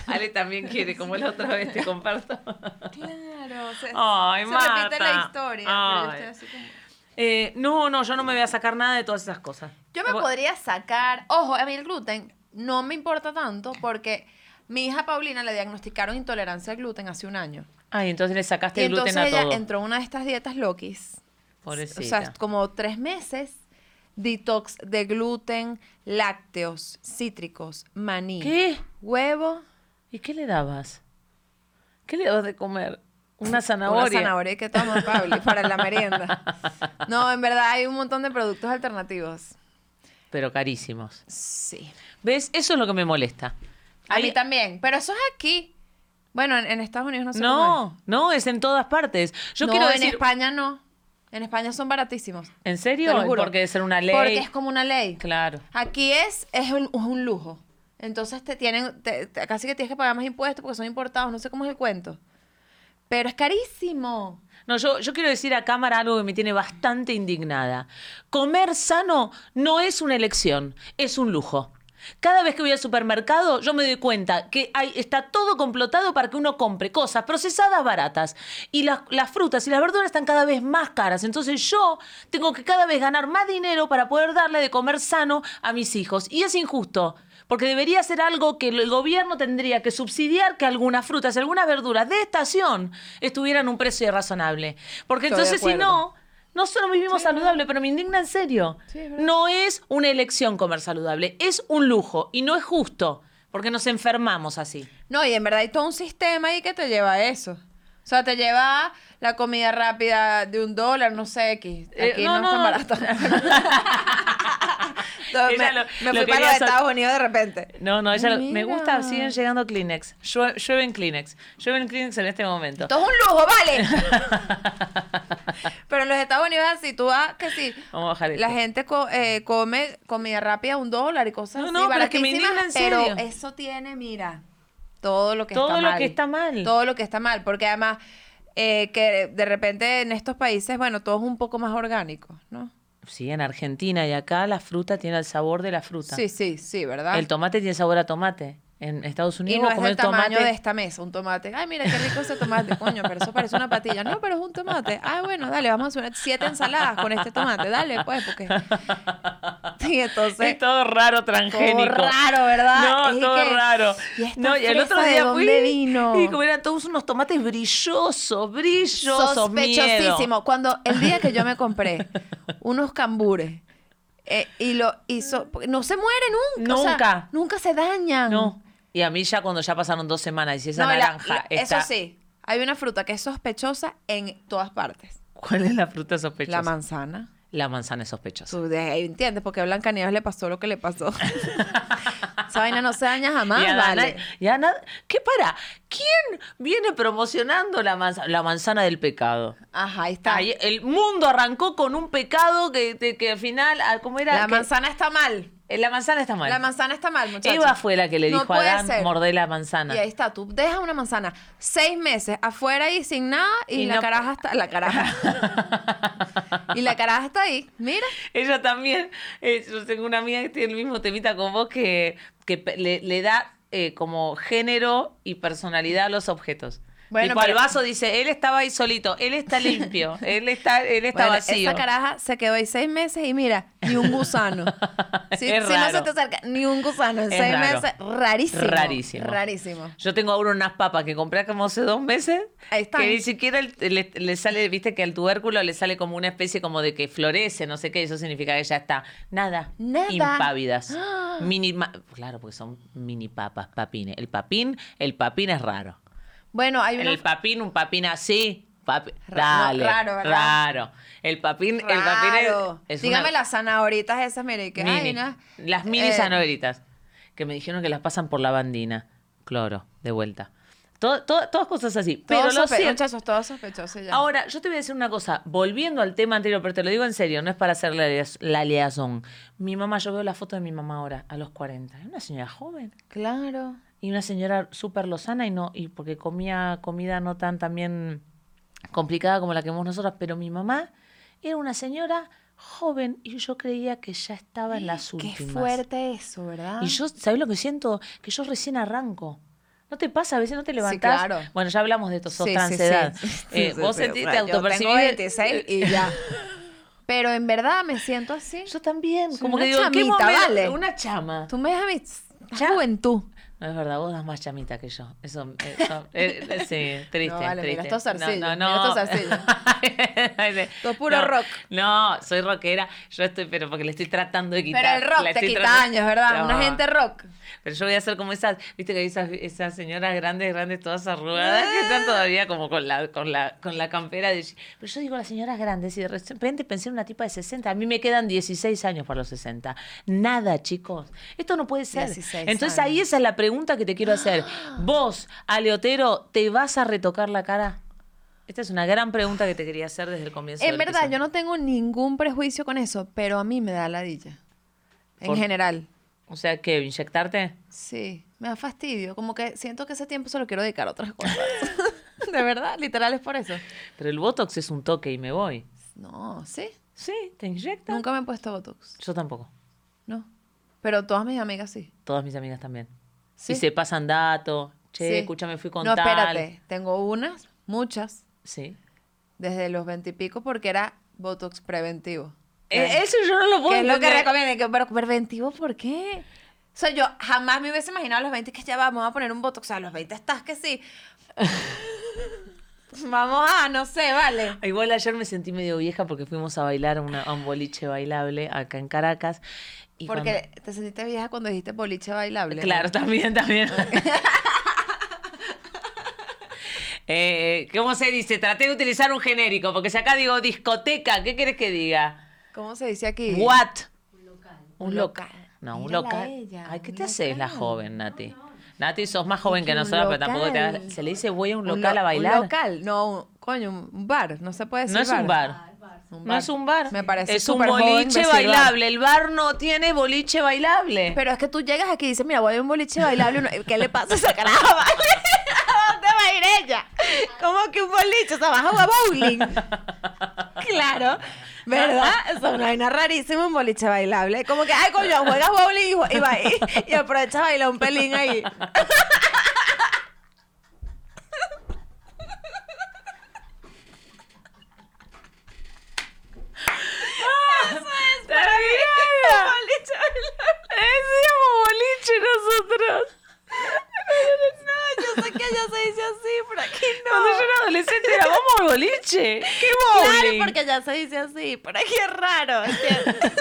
[SPEAKER 3] Ale también quiere, como la otra vez te
[SPEAKER 2] [LAUGHS]
[SPEAKER 3] comparto.
[SPEAKER 2] claro, se,
[SPEAKER 3] Ay,
[SPEAKER 2] se
[SPEAKER 3] Marta.
[SPEAKER 2] repite la historia. pero yo
[SPEAKER 3] Ay.
[SPEAKER 2] estoy así como-
[SPEAKER 3] Eh, no, no, yo no me voy a sacar nada de todas esas cosas.
[SPEAKER 2] Yo me
[SPEAKER 3] Vos-
[SPEAKER 2] podría sacar, ojo, a mí el gluten no me importa tanto porque mi hija Paulina le diagnosticaron intolerancia al gluten hace un año.
[SPEAKER 3] Ay, entonces le sacaste
[SPEAKER 2] y
[SPEAKER 3] el gluten
[SPEAKER 2] entonces
[SPEAKER 3] a
[SPEAKER 2] ella
[SPEAKER 3] todo.
[SPEAKER 2] entró a una de estas dietas Lokis. O sea,
[SPEAKER 3] Pobrecita.
[SPEAKER 2] como tres meses detox de gluten, lácteos, cítricos, maní,
[SPEAKER 3] ¿Qué?
[SPEAKER 2] huevo,
[SPEAKER 3] ¿Y qué le dabas? ¿Qué le dabas de comer? Una zanahoria.
[SPEAKER 2] una zanahoria que toma Pauli para la merienda.
[SPEAKER 3] [LAUGHS]
[SPEAKER 2] No, en verdad hay un montón de productos alternativos.
[SPEAKER 3] Pero carísimos.
[SPEAKER 2] Sí.
[SPEAKER 3] ¿Ves? Eso es lo que me molesta.
[SPEAKER 2] A
[SPEAKER 3] Ahí-
[SPEAKER 2] mí también, pero eso es aquí. Bueno, en, en Estados Unidos no sé cómo es.
[SPEAKER 3] No, no, es en todas partes. Yo
[SPEAKER 2] no,
[SPEAKER 3] quiero
[SPEAKER 2] en
[SPEAKER 3] decir.
[SPEAKER 2] España no. En España son baratísimos.
[SPEAKER 3] ¿En
[SPEAKER 2] te
[SPEAKER 3] serio?
[SPEAKER 2] lo juro.
[SPEAKER 3] Porque debe ser una ley.
[SPEAKER 2] Porque es como una ley.
[SPEAKER 3] Claro.
[SPEAKER 2] Aquí es, es un, es un lujo. Entonces te tienen, te- te- casi que tienes que pagar más impuestos porque son importados, no sé cómo es el cuento. Pero es carísimo.
[SPEAKER 3] No, yo, yo quiero decir a cámara algo que me tiene bastante indignada. Comer sano no es una elección, es un lujo. Cada vez que voy al supermercado, yo me doy cuenta que hay, está todo complotado para que uno compre cosas procesadas baratas. Y las, las frutas y las verduras están cada vez más caras. Entonces yo tengo que cada vez ganar más dinero para poder darle de comer sano a mis hijos. Y es injusto. Porque debería ser algo que el gobierno tendría que subsidiar que algunas frutas, algunas verduras de estación estuvieran a un precio razonable. Porque
[SPEAKER 2] Estoy de
[SPEAKER 3] entonces si
[SPEAKER 2] acuerdo.
[SPEAKER 3] no, no solo vivimos saludable, pero me indigna en serio.
[SPEAKER 2] Sí, es verdad.
[SPEAKER 3] no es una elección comer saludable, es un lujo y no es justo, porque nos enfermamos así.
[SPEAKER 2] No, y en verdad hay todo un sistema ahí que te lleva a eso. O sea, te lleva a la comida rápida de un dólar, no sé, X. Aquí
[SPEAKER 3] Eh,
[SPEAKER 2] no,
[SPEAKER 3] no, no,
[SPEAKER 2] es tan barato.
[SPEAKER 3] [LAUGHS]
[SPEAKER 2] [LAUGHS] Entonces,
[SPEAKER 3] Ella
[SPEAKER 2] me,
[SPEAKER 3] lo- lo
[SPEAKER 2] me fui para
[SPEAKER 3] quería
[SPEAKER 2] los
[SPEAKER 3] sol-
[SPEAKER 2] Estados Unidos de repente.
[SPEAKER 3] No, no, ella lo- me
[SPEAKER 2] Mira.
[SPEAKER 3] gusta, siguen llegando Kleenex. Llue- Llueven Kleenex. Llueven Kleenex en este momento.
[SPEAKER 2] Esto es un lujo, vale.
[SPEAKER 3] [LAUGHS]
[SPEAKER 2] Pero en los Estados Unidos es así, tú vas que sí.
[SPEAKER 3] Vamos a bajar esto.
[SPEAKER 2] La gente co- eh, come comida rápida a un dólar y cosas
[SPEAKER 3] No,
[SPEAKER 2] así.
[SPEAKER 3] no, pero es que me
[SPEAKER 2] baratísimas,
[SPEAKER 3] indigna en serio.
[SPEAKER 2] Pero eso tiene, mira, todo lo que
[SPEAKER 3] Todo
[SPEAKER 2] está
[SPEAKER 3] lo
[SPEAKER 2] mal.
[SPEAKER 3] que está mal.
[SPEAKER 2] Todo lo que está mal. Porque además, eh, que de repente en estos países, bueno, todo es un poco más orgánico, ¿no?
[SPEAKER 3] Sí, en Argentina y acá la fruta tiene el sabor de la fruta.
[SPEAKER 2] Sí, sí, sí, ¿verdad?
[SPEAKER 3] El tomate tiene sabor a tomate. en Estados
[SPEAKER 2] Y
[SPEAKER 3] Unidos
[SPEAKER 2] no
[SPEAKER 3] vos
[SPEAKER 2] es
[SPEAKER 3] comés
[SPEAKER 2] del tamaño
[SPEAKER 3] tomate.
[SPEAKER 2] de este. esta mesa, un tomate. Ay, mira qué rico ese tomate, coño, pero eso parece una patilla. No, pero es un tomate. Ah, bueno, dale, vamos a hacer unas siete ensaladas con este tomate. Dale, pues, porque. [LAUGHS] Y entonces.
[SPEAKER 3] Es todo raro,
[SPEAKER 2] Todo
[SPEAKER 3] transgénico.
[SPEAKER 2] raro, ¿verdad?
[SPEAKER 3] No,
[SPEAKER 2] Es
[SPEAKER 3] todo
[SPEAKER 2] que,
[SPEAKER 3] raro.
[SPEAKER 2] ¿y esta
[SPEAKER 3] no, y el otro
[SPEAKER 2] fresa de
[SPEAKER 3] día fui
[SPEAKER 2] dónde vino?
[SPEAKER 3] y como eran todos unos tomates brillosos, brillosos, miedo.
[SPEAKER 2] Sospechosísimo. Cuando el día que yo me compré unos cambures eh, y lo hizo. No se muere nunca. o sea,
[SPEAKER 3] Nunca.
[SPEAKER 2] nunca se dañan.
[SPEAKER 3] No. Y a mí ya cuando ya pasaron dos semanas y esa
[SPEAKER 2] No, la-
[SPEAKER 3] naranja
[SPEAKER 2] la-
[SPEAKER 3] está...
[SPEAKER 2] Eso sí, hay una fruta que es sospechosa en todas partes.
[SPEAKER 3] ¿Cuál es la fruta sospechosa?
[SPEAKER 2] La manzana.
[SPEAKER 3] La manzana es sospechosa.
[SPEAKER 2] Tú de ahí entiendes porque a Blancanieves le pasó lo que
[SPEAKER 3] [LAUGHS]
[SPEAKER 2] le pasó. [LAUGHS] Esa vaina no se daña jamás,
[SPEAKER 3] y a Dana-
[SPEAKER 2] vale.
[SPEAKER 3] y a Dana- ¿Qué para? ¿Quién viene promocionando la, manza- la manzana del pecado?
[SPEAKER 2] Ajá, ahí está.
[SPEAKER 3] Ahí- el mundo arrancó con un pecado que, que, que al final, ah, ¿cómo era?
[SPEAKER 2] la
[SPEAKER 3] Que-
[SPEAKER 2] manzana está mal.
[SPEAKER 3] eh, la manzana está mal.
[SPEAKER 2] La manzana está mal, muchachos.
[SPEAKER 3] Eva fue la que le
[SPEAKER 2] No
[SPEAKER 3] dijo a
[SPEAKER 2] puede
[SPEAKER 3] Adán,
[SPEAKER 2] ser.
[SPEAKER 3] mordé la manzana.
[SPEAKER 2] Y ahí está, tú dejas una manzana seis meses afuera y sin nada y,
[SPEAKER 3] Y
[SPEAKER 2] la
[SPEAKER 3] no-
[SPEAKER 2] caraja está...
[SPEAKER 3] [LAUGHS]
[SPEAKER 2] La caraja. y la caraja está ahí. Mira.
[SPEAKER 3] [LAUGHS] Ella también, eh, yo tengo una amiga que tiene el mismo temita con vos que, que pe- le, le da eh, como género y personalidad a los objetos.
[SPEAKER 2] Bueno,
[SPEAKER 3] tipo, al
[SPEAKER 2] pero-
[SPEAKER 3] vaso dice, él estaba ahí solito, él
[SPEAKER 2] [LAUGHS]
[SPEAKER 3] está limpio, él está, él está
[SPEAKER 2] Bueno,
[SPEAKER 3] vacío.
[SPEAKER 2] Esa caraja se quedó ahí seis meses y mira, ni un
[SPEAKER 3] [LAUGHS]
[SPEAKER 2] gusano. Si,
[SPEAKER 3] Es
[SPEAKER 2] si no se
[SPEAKER 3] raro.
[SPEAKER 2] te acerca, ni un gusano. En
[SPEAKER 3] Es
[SPEAKER 2] seis
[SPEAKER 3] raro.
[SPEAKER 2] meses, rarísimo.
[SPEAKER 3] Rarísimo.
[SPEAKER 2] Rarísimo.
[SPEAKER 3] Yo tengo ahora unas papas que compré como hace dos meses.
[SPEAKER 2] Ahí están.
[SPEAKER 3] Que ni siquiera el- le, le sale, viste que al tubérculo le sale como una especie como de que florece, no sé qué, eso significa que ya está. Nada.
[SPEAKER 2] Nada. [GASPS]
[SPEAKER 3] Impávidas.
[SPEAKER 2] Ah.
[SPEAKER 3] Mini, ma- claro, porque son mini papas, papines. El papín, el papín es raro.
[SPEAKER 2] Bueno, hay una...
[SPEAKER 3] El papín, un papín así. papi-
[SPEAKER 2] Ra- no,
[SPEAKER 3] dale.
[SPEAKER 2] raro, ¿verdad?
[SPEAKER 3] raro. El papín, el papín es-
[SPEAKER 2] Claro.
[SPEAKER 3] es, una-
[SPEAKER 2] Dígame las zanahoritas esas, mire, que hay
[SPEAKER 3] Mini.
[SPEAKER 2] una-
[SPEAKER 3] Las mini
[SPEAKER 2] eh,
[SPEAKER 3] zanahoritas. Que me dijeron que las pasan por la bandina. Cloro, de vuelta. Todo- todo- todas cosas así.
[SPEAKER 2] Pero
[SPEAKER 3] Pero lo
[SPEAKER 2] sospe-
[SPEAKER 3] cierto-
[SPEAKER 2] muchachos, todos sospechosos ya.
[SPEAKER 3] Ahora, yo te voy a decir una cosa. Volviendo al tema anterior, pero te lo digo en serio, no es para hacer la, lia- la liazón. Mi mamá, yo veo la foto de mi mamá ahora, a los 40. Es una señora joven.
[SPEAKER 2] claro.
[SPEAKER 3] Y una señora súper lozana y no, y porque comía comida no tan también complicada como la que hemos nosotras, pero mi mamá era una señora joven y yo creía que ya estaba en las últimas.
[SPEAKER 2] Qué fuerte eso, ¿verdad?
[SPEAKER 3] Y yo, ¿sabes lo que siento? Que yo recién arranco. ¿No te pasa? A veces no te levantás.
[SPEAKER 2] claro.
[SPEAKER 3] Bueno, ya hablamos de esto, sos
[SPEAKER 2] Sí, sí,
[SPEAKER 3] transedad.
[SPEAKER 2] [LAUGHS] sí, sí,
[SPEAKER 3] Eh,
[SPEAKER 2] sí,
[SPEAKER 3] vos
[SPEAKER 2] sí,
[SPEAKER 3] sentiste
[SPEAKER 2] o sea, yo Tengo este,
[SPEAKER 3] autopercibir-
[SPEAKER 2] 26
[SPEAKER 3] [LAUGHS]
[SPEAKER 2] y ya. Pero en verdad me siento así.
[SPEAKER 3] Yo también.
[SPEAKER 2] Soy
[SPEAKER 3] Como
[SPEAKER 2] una
[SPEAKER 3] que digo, ¿en qué
[SPEAKER 2] chamita,
[SPEAKER 3] momento?
[SPEAKER 2] vale.
[SPEAKER 3] Una chama.
[SPEAKER 2] Tú me dejas mi la
[SPEAKER 3] Ya.
[SPEAKER 2] juventud.
[SPEAKER 3] No, es verdad, vos das más chamita que yo. Eso,
[SPEAKER 2] [LAUGHS]
[SPEAKER 3] eso- eh, eh, sí, triste,
[SPEAKER 2] No, vale, mira
[SPEAKER 3] triste.
[SPEAKER 2] estos zarcillos,
[SPEAKER 3] No, no, no.
[SPEAKER 2] mira estos
[SPEAKER 3] [LAUGHS]
[SPEAKER 2] Todo puro
[SPEAKER 3] No,
[SPEAKER 2] rock.
[SPEAKER 3] No, soy rockera. Yo estoy, pero porque le estoy tratando de quitar.
[SPEAKER 2] Pero el rock
[SPEAKER 3] le
[SPEAKER 2] te
[SPEAKER 3] estoy
[SPEAKER 2] quita
[SPEAKER 3] tratando-
[SPEAKER 2] años, ¿verdad?
[SPEAKER 3] No.
[SPEAKER 2] Una gente rock.
[SPEAKER 3] Pero yo voy a hacer como esas, viste que hay esas, esas señoras grandes, grandes, todas arrugadas, que están todavía como con la, con la, con la campera de... jean. Pero yo digo las señoras grandes y de repente pensé en una tipa de 60. A mí me quedan 16 años para los 60. Nada, chicos. Esto no puede ser.
[SPEAKER 2] 16
[SPEAKER 3] Entonces ahí
[SPEAKER 2] años.
[SPEAKER 3] esa es la pregunta que te quiero
[SPEAKER 2] [GASPS]
[SPEAKER 3] hacer. Vos, Aleotero, ¿te vas a retocar la cara? Esta es una gran pregunta que te quería hacer desde el comienzo.
[SPEAKER 2] En verdad, yo no tengo ningún prejuicio con eso, pero a mí me da ladilla. En
[SPEAKER 3] Por-
[SPEAKER 2] general.
[SPEAKER 3] O sea, ¿qué? ¿Inyectarte?
[SPEAKER 2] Sí, me da fastidio. Como que siento que ese tiempo se lo quiero dedicar a otras [LAUGHS] cosas. de verdad, literal es por eso.
[SPEAKER 3] Pero el Botox es un toque y me voy.
[SPEAKER 2] No, sí.
[SPEAKER 3] Sí, te inyectan.
[SPEAKER 2] Nunca me he puesto Botox.
[SPEAKER 3] Yo tampoco.
[SPEAKER 2] No. Pero todas mis amigas sí.
[SPEAKER 3] Todas mis amigas también.
[SPEAKER 2] Sí.
[SPEAKER 3] Y se pasan datos. Che,
[SPEAKER 2] Sí.
[SPEAKER 3] escúchame, fui con
[SPEAKER 2] No,
[SPEAKER 3] tal.
[SPEAKER 2] espérate. Tengo unas, muchas,
[SPEAKER 3] Sí.
[SPEAKER 2] desde los veintipico porque era Botox preventivo.
[SPEAKER 3] Eh, Eso yo no lo puedo
[SPEAKER 2] Que es lo que
[SPEAKER 3] entender.
[SPEAKER 2] recomiendan. que, Pero preventivo, ¿por qué? pues O sea, yo jamás me hubiese imaginado a los 20 que ya vamos a poner un botox. O sea, a los 20 estás
[SPEAKER 3] [LAUGHS]
[SPEAKER 2] que sí. vamos a, no sé, vale.
[SPEAKER 3] Igual ayer me sentí medio vieja porque fuimos a bailar a una- a un boliche bailable acá en Caracas. Y
[SPEAKER 2] Porque te sentiste vieja cuando dijiste boliche bailable.
[SPEAKER 3] cuando-
[SPEAKER 2] ¿no?
[SPEAKER 3] Claro, también,
[SPEAKER 2] [LAUGHS]
[SPEAKER 3] también. [LAUGHS] Eh, ¿Cómo se dice? Traté de utilizar un genérico, porque si acá digo discoteca, ¿qué querés que diga?
[SPEAKER 2] ¿Cómo se dice aquí?
[SPEAKER 3] What?
[SPEAKER 2] Un
[SPEAKER 3] Un local.
[SPEAKER 2] local.
[SPEAKER 3] No, un
[SPEAKER 2] Mírala
[SPEAKER 3] local.
[SPEAKER 2] ella,
[SPEAKER 3] Ay, ¿qué
[SPEAKER 2] un
[SPEAKER 3] te haces la
[SPEAKER 2] local.
[SPEAKER 3] joven, Nati? Nati, sos más joven que
[SPEAKER 2] Un
[SPEAKER 3] nosotros, pero tampoco te
[SPEAKER 2] local.
[SPEAKER 3] hagas- Se le dice voy a un
[SPEAKER 2] lo-
[SPEAKER 3] local a bailar.
[SPEAKER 2] Un local, no, un- coño, un bar. No se puede decir
[SPEAKER 3] no es un bar.
[SPEAKER 2] Un
[SPEAKER 3] No es un bar.
[SPEAKER 2] Me parece
[SPEAKER 3] Es un
[SPEAKER 2] súper joven
[SPEAKER 3] boliche
[SPEAKER 2] decir bar.
[SPEAKER 3] bailable. El bar no tiene boliche bailable.
[SPEAKER 2] Pero es que tú llegas aquí y dices, mira, voy a un boliche bailable. uno- ¿Qué le pasa a esa caraja? [LAUGHS] vale? ¿A dónde va a ir ella? ¿Cómo que un boliche? O sea, vas a jugar bowling. Claro. ¿Verdad? Es una vaina rarísima un boliche bailable. Como que, ay, coño, juegas bowling y, jue- y, va- y- y aprovechas a bailar un pelín [LAUGHS] ahí.
[SPEAKER 3] [LAUGHS] Está bien. Decíamos boliche nosotros.
[SPEAKER 2] No, yo sé que allá se dice así, pero aquí
[SPEAKER 3] Cuando yo era adolescente era vamos al
[SPEAKER 2] [LAUGHS]
[SPEAKER 3] boliche. ¡Qué bowling!
[SPEAKER 2] Claro, porque allá se dice así, pero aquí es raro. ¿entiendes?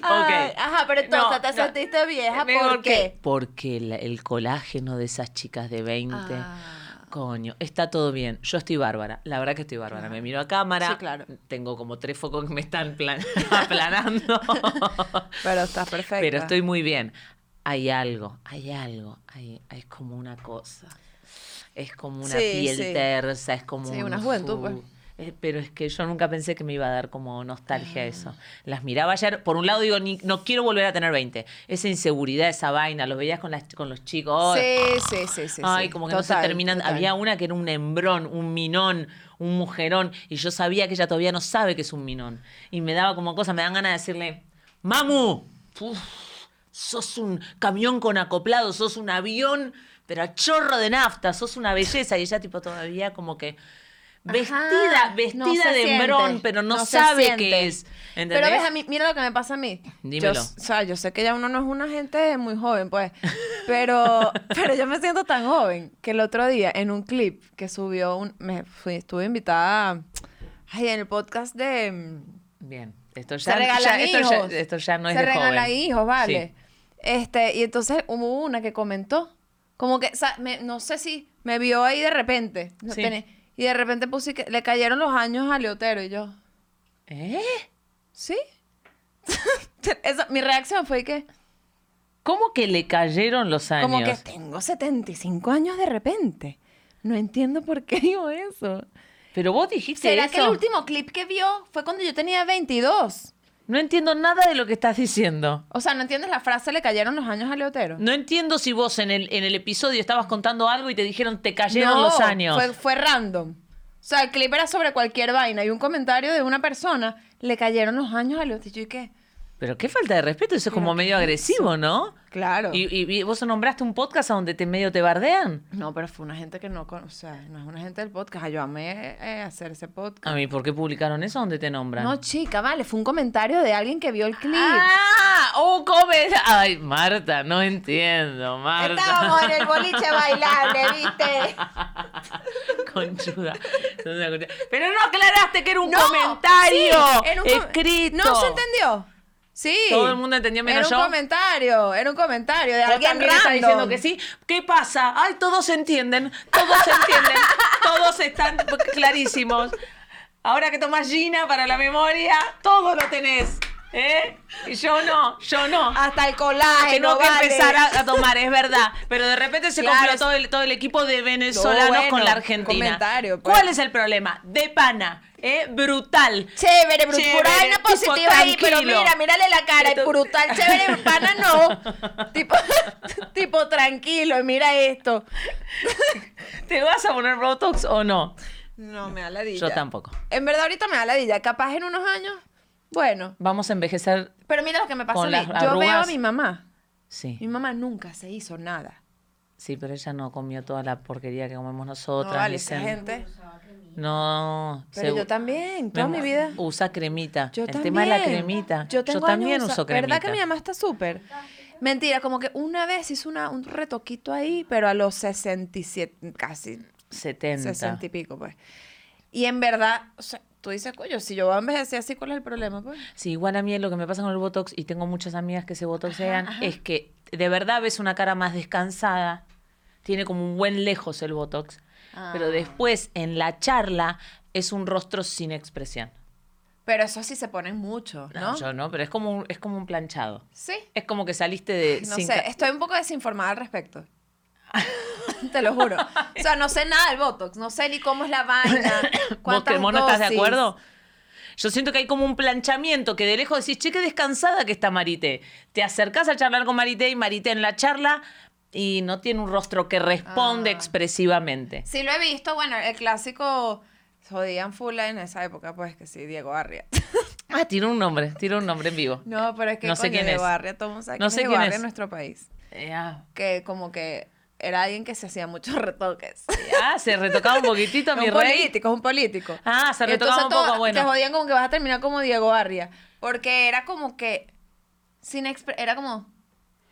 [SPEAKER 2] Ay, ajá, pero entonces
[SPEAKER 3] No,
[SPEAKER 2] te
[SPEAKER 3] no.
[SPEAKER 2] sentiste vieja,
[SPEAKER 3] Me
[SPEAKER 2] ¿por
[SPEAKER 3] golpeé.
[SPEAKER 2] qué?
[SPEAKER 3] Porque la- el colágeno de esas chicas de 20.
[SPEAKER 2] Ah.
[SPEAKER 3] Coño, está todo bien. Yo estoy bárbara. La verdad que estoy bárbara. Me miro a cámara.
[SPEAKER 2] Sí, claro.
[SPEAKER 3] Tengo como tres focos que me están plan- [LAUGHS] aplanando.
[SPEAKER 2] Pero estás perfecta.
[SPEAKER 3] Pero estoy muy bien. Hay algo, hay algo. Hay, es como una cosa. Es como una
[SPEAKER 2] Sí,
[SPEAKER 3] piel
[SPEAKER 2] sí.
[SPEAKER 3] tersa, es como
[SPEAKER 2] Sí,
[SPEAKER 3] un
[SPEAKER 2] una juventud, pues.
[SPEAKER 3] fu- Eh, Pero es que yo nunca pensé que me iba a dar como nostalgia
[SPEAKER 2] Ah.
[SPEAKER 3] eso. Las miraba ayer, por un lado digo, ni- no quiero volver a tener 20. Esa inseguridad, esa vaina, los veías con, las, con los chicos. oh,
[SPEAKER 2] Sí, sí, sí, sí.
[SPEAKER 3] Ay,
[SPEAKER 2] sí.
[SPEAKER 3] como que no
[SPEAKER 2] Total,
[SPEAKER 3] se terminan.
[SPEAKER 2] total.
[SPEAKER 3] Había una que era un hembrón, un minón, un mujerón, y yo sabía que ella todavía no sabe que es un minón. Y me daba como cosa, me dan ganas de decirle, ¡Mamu! uf, sos un camión con acoplado, sos un avión, pero a chorro de nafta, sos una belleza. Y ella tipo todavía como que... Vestida,
[SPEAKER 2] Ajá,
[SPEAKER 3] vestida
[SPEAKER 2] no se
[SPEAKER 3] de
[SPEAKER 2] siente,
[SPEAKER 3] hembrón, pero no,
[SPEAKER 2] no se
[SPEAKER 3] sabe
[SPEAKER 2] siente.
[SPEAKER 3] qué es. ¿entendés?
[SPEAKER 2] Pero ves, a mí, mira lo que me pasa a mí.
[SPEAKER 3] Dímelo.
[SPEAKER 2] Yo, o sea, yo sé que ya uno no es una gente muy joven, pues. Pero, [LAUGHS] pero yo me siento tan joven que el otro día en un clip que subió un. Me fui, estuve invitada. a- Ay, en el podcast de. mm,
[SPEAKER 3] Bien, esto
[SPEAKER 2] se
[SPEAKER 3] ya,
[SPEAKER 2] regalan
[SPEAKER 3] ya- esto,
[SPEAKER 2] hijos.
[SPEAKER 3] ya, esto ya no es
[SPEAKER 2] se
[SPEAKER 3] de
[SPEAKER 2] regalan
[SPEAKER 3] joven.
[SPEAKER 2] hijos, vale.
[SPEAKER 3] Sí.
[SPEAKER 2] Este, y entonces hubo una que comentó, como que, o sea, me- no sé si me vio ahí de repente. no
[SPEAKER 3] Sí.
[SPEAKER 2] tenés- y de repente puse que le cayeron los años a Leotero y yo,
[SPEAKER 3] ¿Eh?
[SPEAKER 2] ¿sí? [LAUGHS] Eso, mi reacción fue que,
[SPEAKER 3] ¿Cómo que le cayeron los años?
[SPEAKER 2] como que tengo 75 años de repente. No entiendo por qué digo eso.
[SPEAKER 3] Pero vos dijiste
[SPEAKER 2] ¿Será
[SPEAKER 3] eso.
[SPEAKER 2] que el último clip que vio fue cuando yo tenía 22?
[SPEAKER 3] No entiendo nada de lo que estás diciendo.
[SPEAKER 2] O sea, ¿no entiendes la frase le cayeron los años a Leotero?
[SPEAKER 3] No entiendo si vos en el, en el episodio estabas contando algo y te dijeron te cayeron
[SPEAKER 2] No,
[SPEAKER 3] los años.
[SPEAKER 2] Fue, fue random. O sea, el clip era sobre cualquier vaina y un comentario de una persona le cayeron los años a los y yo, ¿y qué?
[SPEAKER 3] Pero qué falta de respeto, eso es como medio agresivo, ¿no?
[SPEAKER 2] Claro.
[SPEAKER 3] Y, y- y vos nombraste un podcast a donde te medio te bardean.
[SPEAKER 2] No, pero fue una gente que no conoce, o sea, no es una gente del podcast. Yo amé eh, hacer ese podcast.
[SPEAKER 3] A mí, ¿por qué publicaron eso donde te nombran?
[SPEAKER 2] No, chica, vale, fue un comentario de alguien que vio el clip.
[SPEAKER 3] ¡Ah! ¡Oh, comes! Ay, Marta, no entiendo, Marta.
[SPEAKER 2] Estábamos en el boliche bailable, ¿viste?
[SPEAKER 3] [LAUGHS] Conchuda. Sos una conchuda. Pero no aclaraste que era [LAUGHS] un
[SPEAKER 2] No,
[SPEAKER 3] comentario
[SPEAKER 2] sí, era un com-
[SPEAKER 3] escrito.
[SPEAKER 2] No se entendió. Sí.
[SPEAKER 3] Todo el mundo entendió menos
[SPEAKER 2] era
[SPEAKER 3] yo.
[SPEAKER 2] un comentario, era un comentario de
[SPEAKER 3] Vos
[SPEAKER 2] alguien
[SPEAKER 3] también estás
[SPEAKER 2] random.
[SPEAKER 3] diciendo que sí. ¿Qué pasa? Ay, todos se entienden, todos se
[SPEAKER 2] [LAUGHS]
[SPEAKER 3] entienden, todos están clarísimos. Ahora que tomás Gina para la memoria, todo lo tenés. ¿Eh? Y Yo no, yo no.
[SPEAKER 2] Hasta el colágeno,
[SPEAKER 3] Tengo que
[SPEAKER 2] vale.
[SPEAKER 3] empezar a, a tomar, es verdad. Pero de repente se
[SPEAKER 2] Claro,
[SPEAKER 3] complotó
[SPEAKER 2] es-
[SPEAKER 3] todo el, todo el equipo de venezolanos
[SPEAKER 2] No, bueno,
[SPEAKER 3] con la Argentina.
[SPEAKER 2] comentario, pues.
[SPEAKER 3] ¿Cuál es el problema? De pana, ¿eh? Brutal.
[SPEAKER 2] Chévere, bru-
[SPEAKER 3] Chévere,
[SPEAKER 2] pura vaina
[SPEAKER 3] tipo
[SPEAKER 2] positiva ahí, pero
[SPEAKER 3] tranquilo.
[SPEAKER 2] mira, mírale la cara,
[SPEAKER 3] Esto-
[SPEAKER 2] es brutal,
[SPEAKER 3] [LAUGHS]
[SPEAKER 2] chévere, pana no. tipo, [LAUGHS] tipo tranquilo, y mira esto.
[SPEAKER 3] ¿Te vas a poner Botox o no?
[SPEAKER 2] No, me da la
[SPEAKER 3] Yo tampoco.
[SPEAKER 2] En verdad ahorita me da la dilla, capaz en unos años, bueno.
[SPEAKER 3] Vamos a envejecer.
[SPEAKER 2] Pero mira lo que me pasa a
[SPEAKER 3] Con
[SPEAKER 2] mí.
[SPEAKER 3] las
[SPEAKER 2] Yo
[SPEAKER 3] arrugas.
[SPEAKER 2] veo a mi mamá.
[SPEAKER 3] Sí.
[SPEAKER 2] Mi mamá nunca se hizo nada.
[SPEAKER 3] Sí, pero ella no comió toda la porquería que comemos
[SPEAKER 2] No
[SPEAKER 3] nosotras.
[SPEAKER 2] vale, esa
[SPEAKER 3] dicen.
[SPEAKER 2] gente.
[SPEAKER 3] No.
[SPEAKER 2] Pero yo también, toda mi vida.
[SPEAKER 3] Usa cremita.
[SPEAKER 2] Yo
[SPEAKER 3] Uh, el
[SPEAKER 2] también.
[SPEAKER 3] tema de la cremita. Yo,
[SPEAKER 2] tengo
[SPEAKER 3] también
[SPEAKER 2] años usa-
[SPEAKER 3] uso cremita.
[SPEAKER 2] ¿Verdad que mi mamá está súper? Mentira, como que una vez hizo una, un retoquito ahí, pero a los 67, casi
[SPEAKER 3] 70.
[SPEAKER 2] 60 y pico, pues. Y en verdad, o sea, tú dices, coño, si yo voy a envejecer así, ¿cuál es el problema, pues?
[SPEAKER 3] Sí, igual a mí lo que me pasa con el Botox, y tengo muchas amigas que se botoxean, es que de verdad ves una cara más descansada, tiene como un buen lejos el Botox,
[SPEAKER 2] Ah.
[SPEAKER 3] pero después en la charla es un rostro sin expresión.
[SPEAKER 2] Pero eso sí se ponen mucho, ¿no?
[SPEAKER 3] No, yo no, pero es como un, es como un planchado.
[SPEAKER 2] Sí.
[SPEAKER 3] Es como que saliste de...
[SPEAKER 2] No
[SPEAKER 3] sin
[SPEAKER 2] sé,
[SPEAKER 3] ca-
[SPEAKER 2] estoy un poco desinformada al respecto. [LAUGHS] Te lo juro. O sea, no sé nada del Botox, no sé ni cómo es la vaina,
[SPEAKER 3] [COUGHS] ¿Vos,
[SPEAKER 2] cuántas
[SPEAKER 3] Telmo, no estás de
[SPEAKER 2] dosis.
[SPEAKER 3] acuerdo? Yo siento que hay como un planchamiento que de lejos decís, che, qué descansada que está Marité. Te acercás a charlar con Marité y Marité en la charla y no tiene un rostro que responde
[SPEAKER 2] Ah.
[SPEAKER 3] expresivamente.
[SPEAKER 2] Sí, lo he visto, bueno, el clásico jodían full en esa época, pues que sí, Diego Arria.
[SPEAKER 3] Ah, tira un nombre, tira un nombre en vivo.
[SPEAKER 2] [LAUGHS] No, pero es que
[SPEAKER 3] No sé
[SPEAKER 2] coño,
[SPEAKER 3] quién
[SPEAKER 2] Diego
[SPEAKER 3] es.
[SPEAKER 2] Arria, todo el mundo sabe
[SPEAKER 3] No
[SPEAKER 2] quién es
[SPEAKER 3] sé
[SPEAKER 2] Diego
[SPEAKER 3] quién
[SPEAKER 2] Arria
[SPEAKER 3] es.
[SPEAKER 2] en nuestro país.
[SPEAKER 3] Eh, ah,
[SPEAKER 2] Que como que era alguien que se hacía muchos
[SPEAKER 3] [LAUGHS]
[SPEAKER 2] [LAUGHS] retoques.
[SPEAKER 3] Ah, se retocaba un
[SPEAKER 2] [LAUGHS]
[SPEAKER 3] poquitito, mi
[SPEAKER 2] un
[SPEAKER 3] rey.
[SPEAKER 2] político, es un político.
[SPEAKER 3] Ah, se
[SPEAKER 2] Y
[SPEAKER 3] retocaba
[SPEAKER 2] entonces
[SPEAKER 3] un poco,
[SPEAKER 2] todo- Te
[SPEAKER 3] bueno.
[SPEAKER 2] jodían como que vas a terminar como Diego Arria. Porque era como que. Sin expre- era como.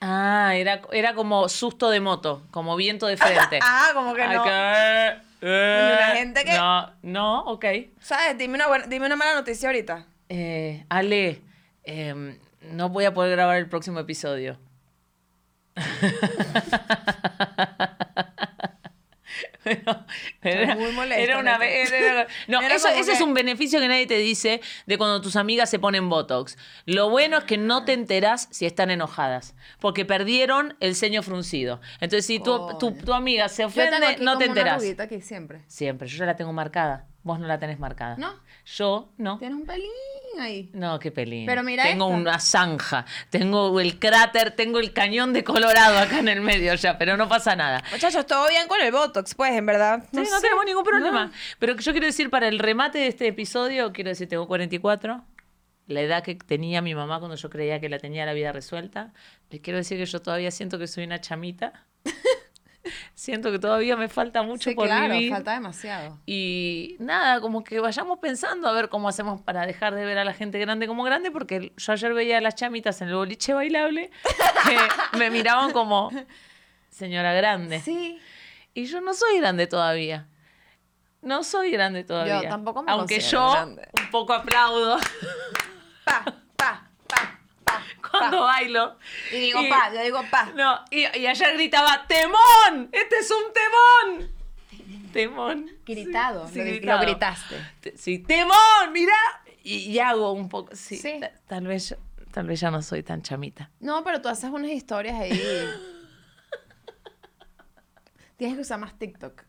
[SPEAKER 3] Ah, era, era como susto de moto, como viento de frente.
[SPEAKER 2] [LAUGHS] Ah, como que no.
[SPEAKER 3] Acá, eh,
[SPEAKER 2] Una gente que-
[SPEAKER 3] No, no, ok.
[SPEAKER 2] ¿Sabes? Dime una, buena- dime una mala noticia ahorita.
[SPEAKER 3] Eh, Ale, em, no voy a poder grabar el próximo episodio. [LAUGHS] Pero era,
[SPEAKER 2] muy molesta,
[SPEAKER 3] era una
[SPEAKER 2] neta.
[SPEAKER 3] vez. era- no,
[SPEAKER 2] Era
[SPEAKER 3] eso-
[SPEAKER 2] como
[SPEAKER 3] ese
[SPEAKER 2] que-
[SPEAKER 3] es un beneficio que nadie te dice de cuando tus amigas se ponen botox. Lo bueno es que no te enterás si están enojadas, porque perdieron el ceño fruncido. Entonces, si tu, tu,
[SPEAKER 2] Coño.
[SPEAKER 3] tu amiga se
[SPEAKER 2] Yo tengo
[SPEAKER 3] ofende,
[SPEAKER 2] aquí
[SPEAKER 3] no te
[SPEAKER 2] como una
[SPEAKER 3] enterás.
[SPEAKER 2] arruguita aquí siempre.
[SPEAKER 3] Siempre, yo ya la tengo marcada. Vos no la tenés marcada.
[SPEAKER 2] ¿No?
[SPEAKER 3] Yo no.
[SPEAKER 2] Tienes un pelín ahí.
[SPEAKER 3] No, qué pelín.
[SPEAKER 2] Pero mira
[SPEAKER 3] tengo
[SPEAKER 2] esta.
[SPEAKER 3] una zanja, tengo el cráter, tengo el cañón de Colorado acá en el medio ya, pero no pasa nada.
[SPEAKER 2] Muchachos, todo bien con el Botox, pues, en verdad.
[SPEAKER 3] Sí, No,
[SPEAKER 2] sé.
[SPEAKER 3] tenemos ningún problema. Pero yo quiero decir, para el remate de este episodio, quiero decir, tengo 44, la edad que tenía mi mamá cuando yo creía que la tenía la vida resuelta. Les quiero decir que yo todavía siento que soy una
[SPEAKER 2] [LAUGHS]
[SPEAKER 3] chamita. siento que todavía me falta mucho
[SPEAKER 2] Sí,
[SPEAKER 3] por
[SPEAKER 2] claro,
[SPEAKER 3] vivir.
[SPEAKER 2] falta demasiado.
[SPEAKER 3] Y nada, como que vayamos pensando a ver cómo hacemos para dejar de ver a la gente grande como grande, porque yo ayer veía a las chamitas en el boliche bailable [LAUGHS] que me miraban como señora grande.
[SPEAKER 2] Sí.
[SPEAKER 3] Y yo no soy grande todavía. No soy grande todavía.
[SPEAKER 2] tampoco me
[SPEAKER 3] Aunque
[SPEAKER 2] considero
[SPEAKER 3] yo
[SPEAKER 2] grande.
[SPEAKER 3] un poco aplaudo [LAUGHS]
[SPEAKER 2] Pa, pa, pa, pa.
[SPEAKER 3] cuando bailo.
[SPEAKER 2] Y digo pa, yo digo pa.
[SPEAKER 3] No, y, y ayer gritaba, ¡Temón! ¡Este es un temón! Temón.
[SPEAKER 2] Gritado,
[SPEAKER 3] Sí,
[SPEAKER 2] lo, gri-
[SPEAKER 3] gritado.
[SPEAKER 2] lo gritaste.
[SPEAKER 3] Te- Sí, temón, mirá. Y, y hago un poco. Sí.
[SPEAKER 2] Sí.
[SPEAKER 3] ta- Tal vez, yo- tal vez ya no soy tan chamita. [LAUGHS]
[SPEAKER 2] No, pero tú haces unas historias ahí. Tienes que usar más TikTok.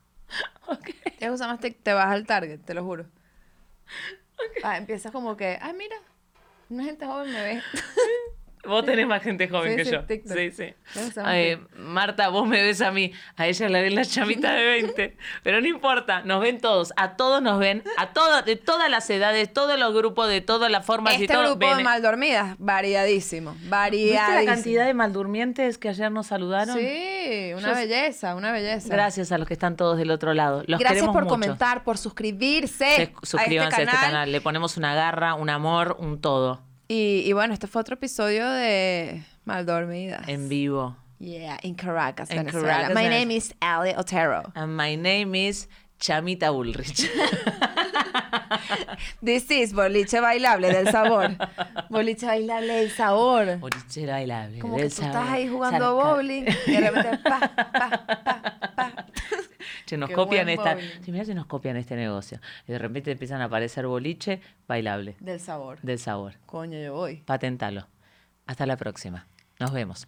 [SPEAKER 3] Ok.
[SPEAKER 2] Tienes que usar más TikTok. Te vas al Target, te lo juro. Ah, empiezas como que, ay, mira, una gente joven me ve.
[SPEAKER 3] Vos tenés más gente joven
[SPEAKER 2] Sí,
[SPEAKER 3] que
[SPEAKER 2] sí,
[SPEAKER 3] yo.
[SPEAKER 2] TikTok.
[SPEAKER 3] Sí, sí.
[SPEAKER 2] Vamos a
[SPEAKER 3] Ay, Marta, vos me ves a mí. A ella la ven las chamitas de
[SPEAKER 2] [LAUGHS]
[SPEAKER 3] 20. Pero no importa, nos ven todos. A todos nos ven. A todos, de todas las edades, todos los grupos, de todas las formas y
[SPEAKER 2] Este
[SPEAKER 3] todo.
[SPEAKER 2] grupo de
[SPEAKER 3] ven.
[SPEAKER 2] mal dormidas, variadísimo.
[SPEAKER 3] ¿Viste
[SPEAKER 2] Variadísimo.
[SPEAKER 3] la cantidad de maldurmientes que ayer nos saludaron?
[SPEAKER 2] Sí, una
[SPEAKER 3] Yo-
[SPEAKER 2] belleza, una belleza.
[SPEAKER 3] Gracias a los que están todos del otro lado. Los
[SPEAKER 2] Gracias
[SPEAKER 3] queremos
[SPEAKER 2] por
[SPEAKER 3] mucho.
[SPEAKER 2] comentar, por suscribirse.
[SPEAKER 3] Se- suscríbanse
[SPEAKER 2] Eh, a este canal.
[SPEAKER 3] Le ponemos una garra, un amor, un todo
[SPEAKER 2] Y, y bueno, este fue otro episodio de Maldormidas.
[SPEAKER 3] en vivo.
[SPEAKER 2] Yeah, in Caracas,
[SPEAKER 3] In
[SPEAKER 2] Venezuela.
[SPEAKER 3] Caracas,
[SPEAKER 2] My
[SPEAKER 3] Venezuela.
[SPEAKER 2] name is Ali Otero.
[SPEAKER 3] And my name is Chamita
[SPEAKER 2] [LAUGHS]
[SPEAKER 3] Bullrich.
[SPEAKER 2] This is Boliche Bailable del [LAUGHS] Sabor. boliche Bailable del Sabor.
[SPEAKER 3] Bolichera bailable.
[SPEAKER 2] Como que
[SPEAKER 3] del
[SPEAKER 2] tú estás
[SPEAKER 3] sabor.
[SPEAKER 2] ahí jugando
[SPEAKER 3] Saca-
[SPEAKER 2] bowling y de repente pa, pa, pa, pa.
[SPEAKER 3] [LAUGHS] Che, nos
[SPEAKER 2] Qué
[SPEAKER 3] copian
[SPEAKER 2] buen
[SPEAKER 3] esta.
[SPEAKER 2] bowling.
[SPEAKER 3] Sí, mirá si nos copian este negocio. Y de repente empiezan a aparecer boliche bailable [LAUGHS]
[SPEAKER 2] Del Sabor.
[SPEAKER 3] del sabor.
[SPEAKER 2] Coño, yo voy.
[SPEAKER 3] Patentalo. Hasta la próxima. Nos vemos.